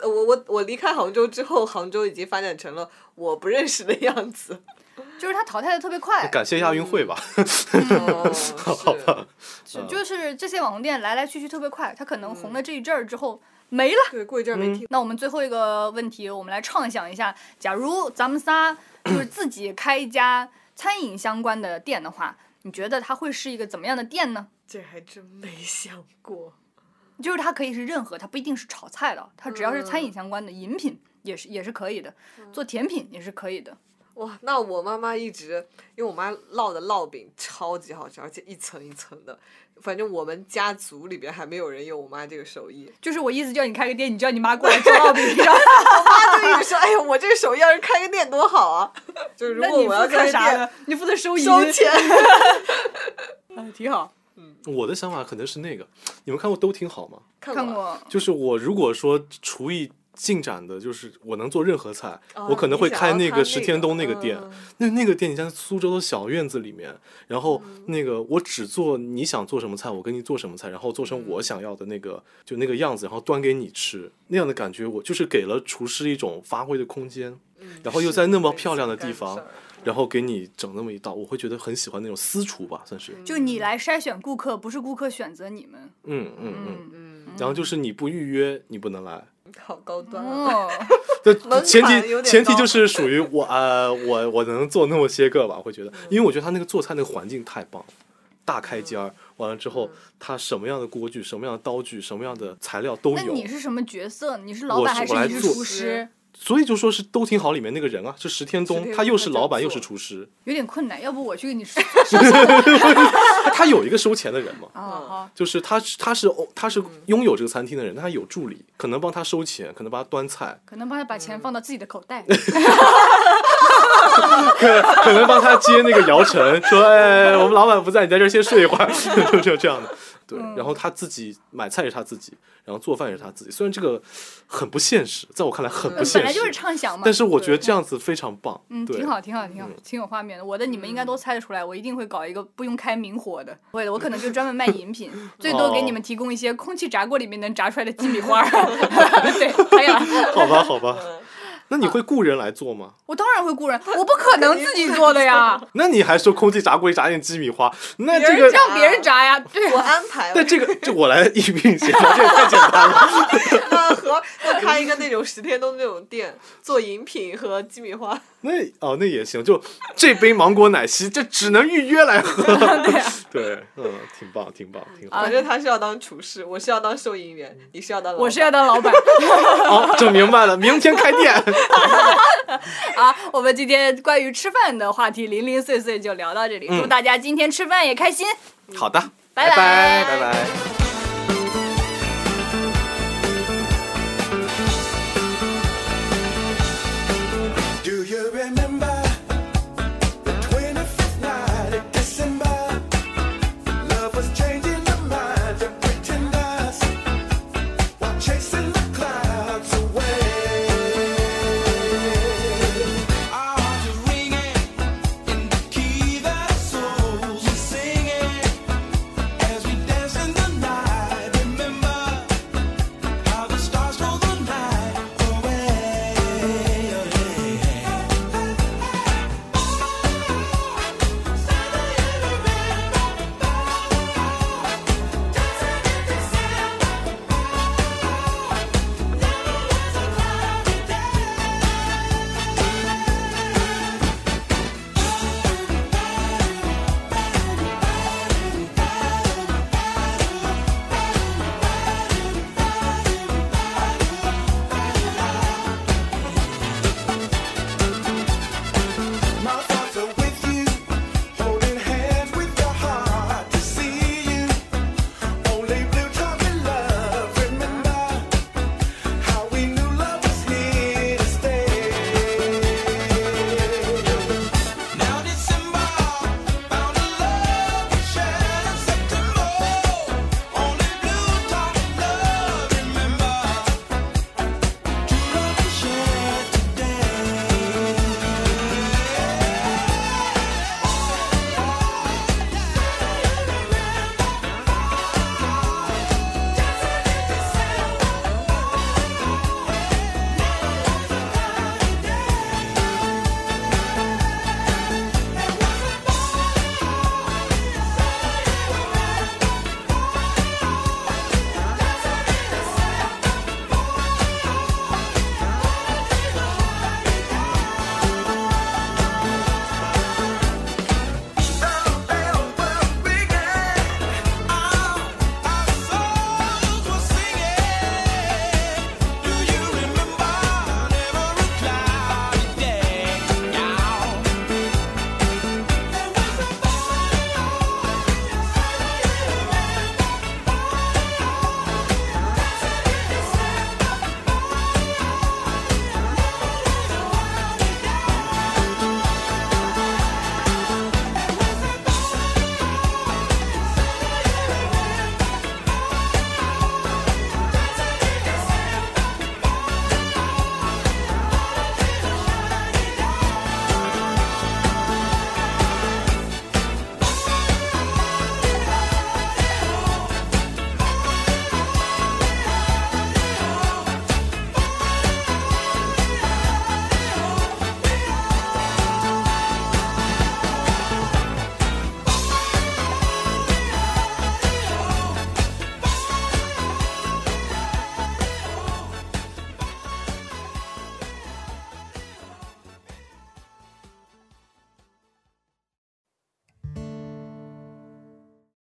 Speaker 4: 呃我我我离开杭州之后，杭州已经发展成了我不认识的样子。
Speaker 1: 就是他淘汰的特别快，
Speaker 2: 感谢亚运会
Speaker 1: 嗯
Speaker 2: 吧。
Speaker 4: 哦，是，
Speaker 1: 就
Speaker 4: 嗯
Speaker 1: 就是这些网红店来来去去特别快，他可能红了这一阵儿之后没了。
Speaker 4: 对，过一阵儿没听。
Speaker 1: 那我们最后一个问题，我们来畅想一下，假如咱
Speaker 4: [clears throat]
Speaker 1: 们仨就是自己开一家餐饮相关的店的话，你觉得它会是一个怎么样的店呢？
Speaker 4: 这还真没想过。
Speaker 1: 就是它可以是任何，它不一定是炒菜的，它只要是餐
Speaker 4: 嗯
Speaker 1: 饮相关的饮品也是也是可以的，做甜品也是可以的。
Speaker 4: 哇，那我妈妈一直，因为我妈烙的烙饼超级好吃，而且一层一层的。反正我们家族里边还没有人有我妈这个手艺。
Speaker 1: 就是我意思叫你开个店，你叫你妈过来做
Speaker 4: [laughs]
Speaker 1: 烙饼，然后
Speaker 4: 我妈就一直说：“哎呀，我这个手艺要是开个店多好啊！” [laughs] 就是如
Speaker 1: 那
Speaker 4: 果
Speaker 1: 你
Speaker 4: 我要
Speaker 1: 负责
Speaker 4: 开
Speaker 1: 啥
Speaker 4: 店，
Speaker 1: 呢？你负责收
Speaker 4: [laughs]
Speaker 1: 银，
Speaker 4: 收钱。
Speaker 1: 啊挺好。
Speaker 2: 我的想法可能是那个，你们看过都挺好吗？
Speaker 4: 看
Speaker 1: 看过
Speaker 2: 就是我如果说厨艺进展的，就是我能做任何菜，
Speaker 4: 哦
Speaker 2: 我可能
Speaker 4: 你
Speaker 2: 会
Speaker 4: 想
Speaker 2: 开
Speaker 4: 要
Speaker 2: 那
Speaker 4: 开
Speaker 2: 个
Speaker 4: 那
Speaker 2: 石天
Speaker 4: 个
Speaker 2: 东那个店。
Speaker 4: 嗯
Speaker 2: 那那个店，你像苏州的小院子里面，然后
Speaker 4: 嗯
Speaker 2: 那个我只做你想做什么菜，我给你做什么菜，然后做成
Speaker 4: 嗯
Speaker 2: 我想要的那个就那个样子，然后端给你吃，那样的感觉，我就是给了厨师一种发挥的空间。
Speaker 4: 嗯
Speaker 2: 然后又在那么漂亮的地方，然后给你整那么一道，我会觉得很喜欢那种私厨吧，算是，
Speaker 1: 就你来筛选顾客，不是顾客选择你们。
Speaker 2: 嗯嗯嗯。
Speaker 4: 嗯，
Speaker 2: 然后就是你不预约，你不能来。
Speaker 4: 好高端啊！
Speaker 1: 哦，
Speaker 2: 那前
Speaker 4: 门槛有
Speaker 2: 提前
Speaker 4: 点
Speaker 2: 提
Speaker 4: 高
Speaker 2: 就是属于我呃我我能做那么些个吧，我会觉得，
Speaker 4: 嗯
Speaker 2: 因为我觉得他那个做菜那个环境太棒了，大开间
Speaker 4: 嗯
Speaker 2: 儿，完了之后他什么样的锅具、什么样的刀具、什么样的材料都
Speaker 1: 那你
Speaker 2: 有，
Speaker 1: 是什么角色？你是老
Speaker 2: 我
Speaker 1: 板
Speaker 2: 是
Speaker 1: 还
Speaker 2: 我来
Speaker 1: 你是
Speaker 2: 做
Speaker 1: 厨师？
Speaker 2: 所以就说是都挺好里面那个人啊，是石天
Speaker 4: 石
Speaker 2: 宗，
Speaker 4: 天
Speaker 2: 他
Speaker 4: 宗
Speaker 2: 又
Speaker 4: 他
Speaker 2: 是
Speaker 4: 在
Speaker 2: 老板又是
Speaker 4: 做
Speaker 2: 厨师，
Speaker 1: 有点困难，要不我去给你说。
Speaker 2: 他他有一个收钱的人嘛， [laughs]
Speaker 1: 哦，好，
Speaker 2: 就是他是他是他
Speaker 4: 嗯
Speaker 2: 是拥有这个餐厅的人，但他有助理，可能帮他收钱，可能帮他端菜，
Speaker 1: 可能帮他把
Speaker 2: 嗯
Speaker 1: 钱放到自己的口袋。
Speaker 2: [laughs] 可能帮他接那个姚晨，说：“哎，我们老板不在，你在这儿先睡一会儿。” [laughs] 就就这样的。对，
Speaker 1: 嗯
Speaker 2: 然后他自己买菜是他自己，然后做饭也是他自己。虽然这个很不现实，在我看来很不
Speaker 1: 嗯本
Speaker 2: 呃现
Speaker 1: 来就是
Speaker 2: 实，
Speaker 1: 畅想嘛。
Speaker 2: 但是我觉得这样子非常棒。
Speaker 1: 嗯，
Speaker 2: 对嗯
Speaker 1: 挺好，挺好，挺好，挺有画面的。我的你们应该都猜得出来，我一定会搞一个不用开明火的。不会的，我可能就专门卖
Speaker 2: [laughs]
Speaker 1: 饮品，最多给你
Speaker 2: 哦
Speaker 1: 们提供一些空气炸锅里面能炸出来的鸡米花儿。 [laughs] 对，哎可以
Speaker 2: [laughs]
Speaker 1: 了。
Speaker 2: 好吧，好吧。那你会雇人来做吗？
Speaker 1: 我当然会雇人，我不可能自己做的呀，
Speaker 2: 那你还说空气炸锅一炸点鸡米花？那这
Speaker 1: 人
Speaker 2: 个，
Speaker 1: 让别人炸呀。对
Speaker 4: 嗯我
Speaker 1: 啊，
Speaker 4: 安排
Speaker 2: 那
Speaker 4: 了
Speaker 2: 这个，这我来应聘行吗？这也太简单了。
Speaker 4: 啊， [laughs] 和要开一个那种十天东那种店，做饮品和鸡米花。
Speaker 2: 那哦，那也行。就这杯芒果奶昔，这只能预约来
Speaker 1: [laughs]
Speaker 2: 喝。
Speaker 1: 啊
Speaker 2: [laughs] 对，嗯，挺棒，挺棒，挺好。
Speaker 4: 反正他是要当厨师，我是要当收银员，你是要当老
Speaker 1: [laughs] [laughs] 我
Speaker 4: 板
Speaker 1: 是要当老板。
Speaker 2: 好，整明白了，明天开店。
Speaker 1: 啊，我们今天关于吃饭的话题零零
Speaker 2: 嗯
Speaker 1: 碎碎就聊到这里，祝大家今天吃饭也开心，
Speaker 2: [laughs] 好的，
Speaker 1: 拜
Speaker 2: 拜拜拜。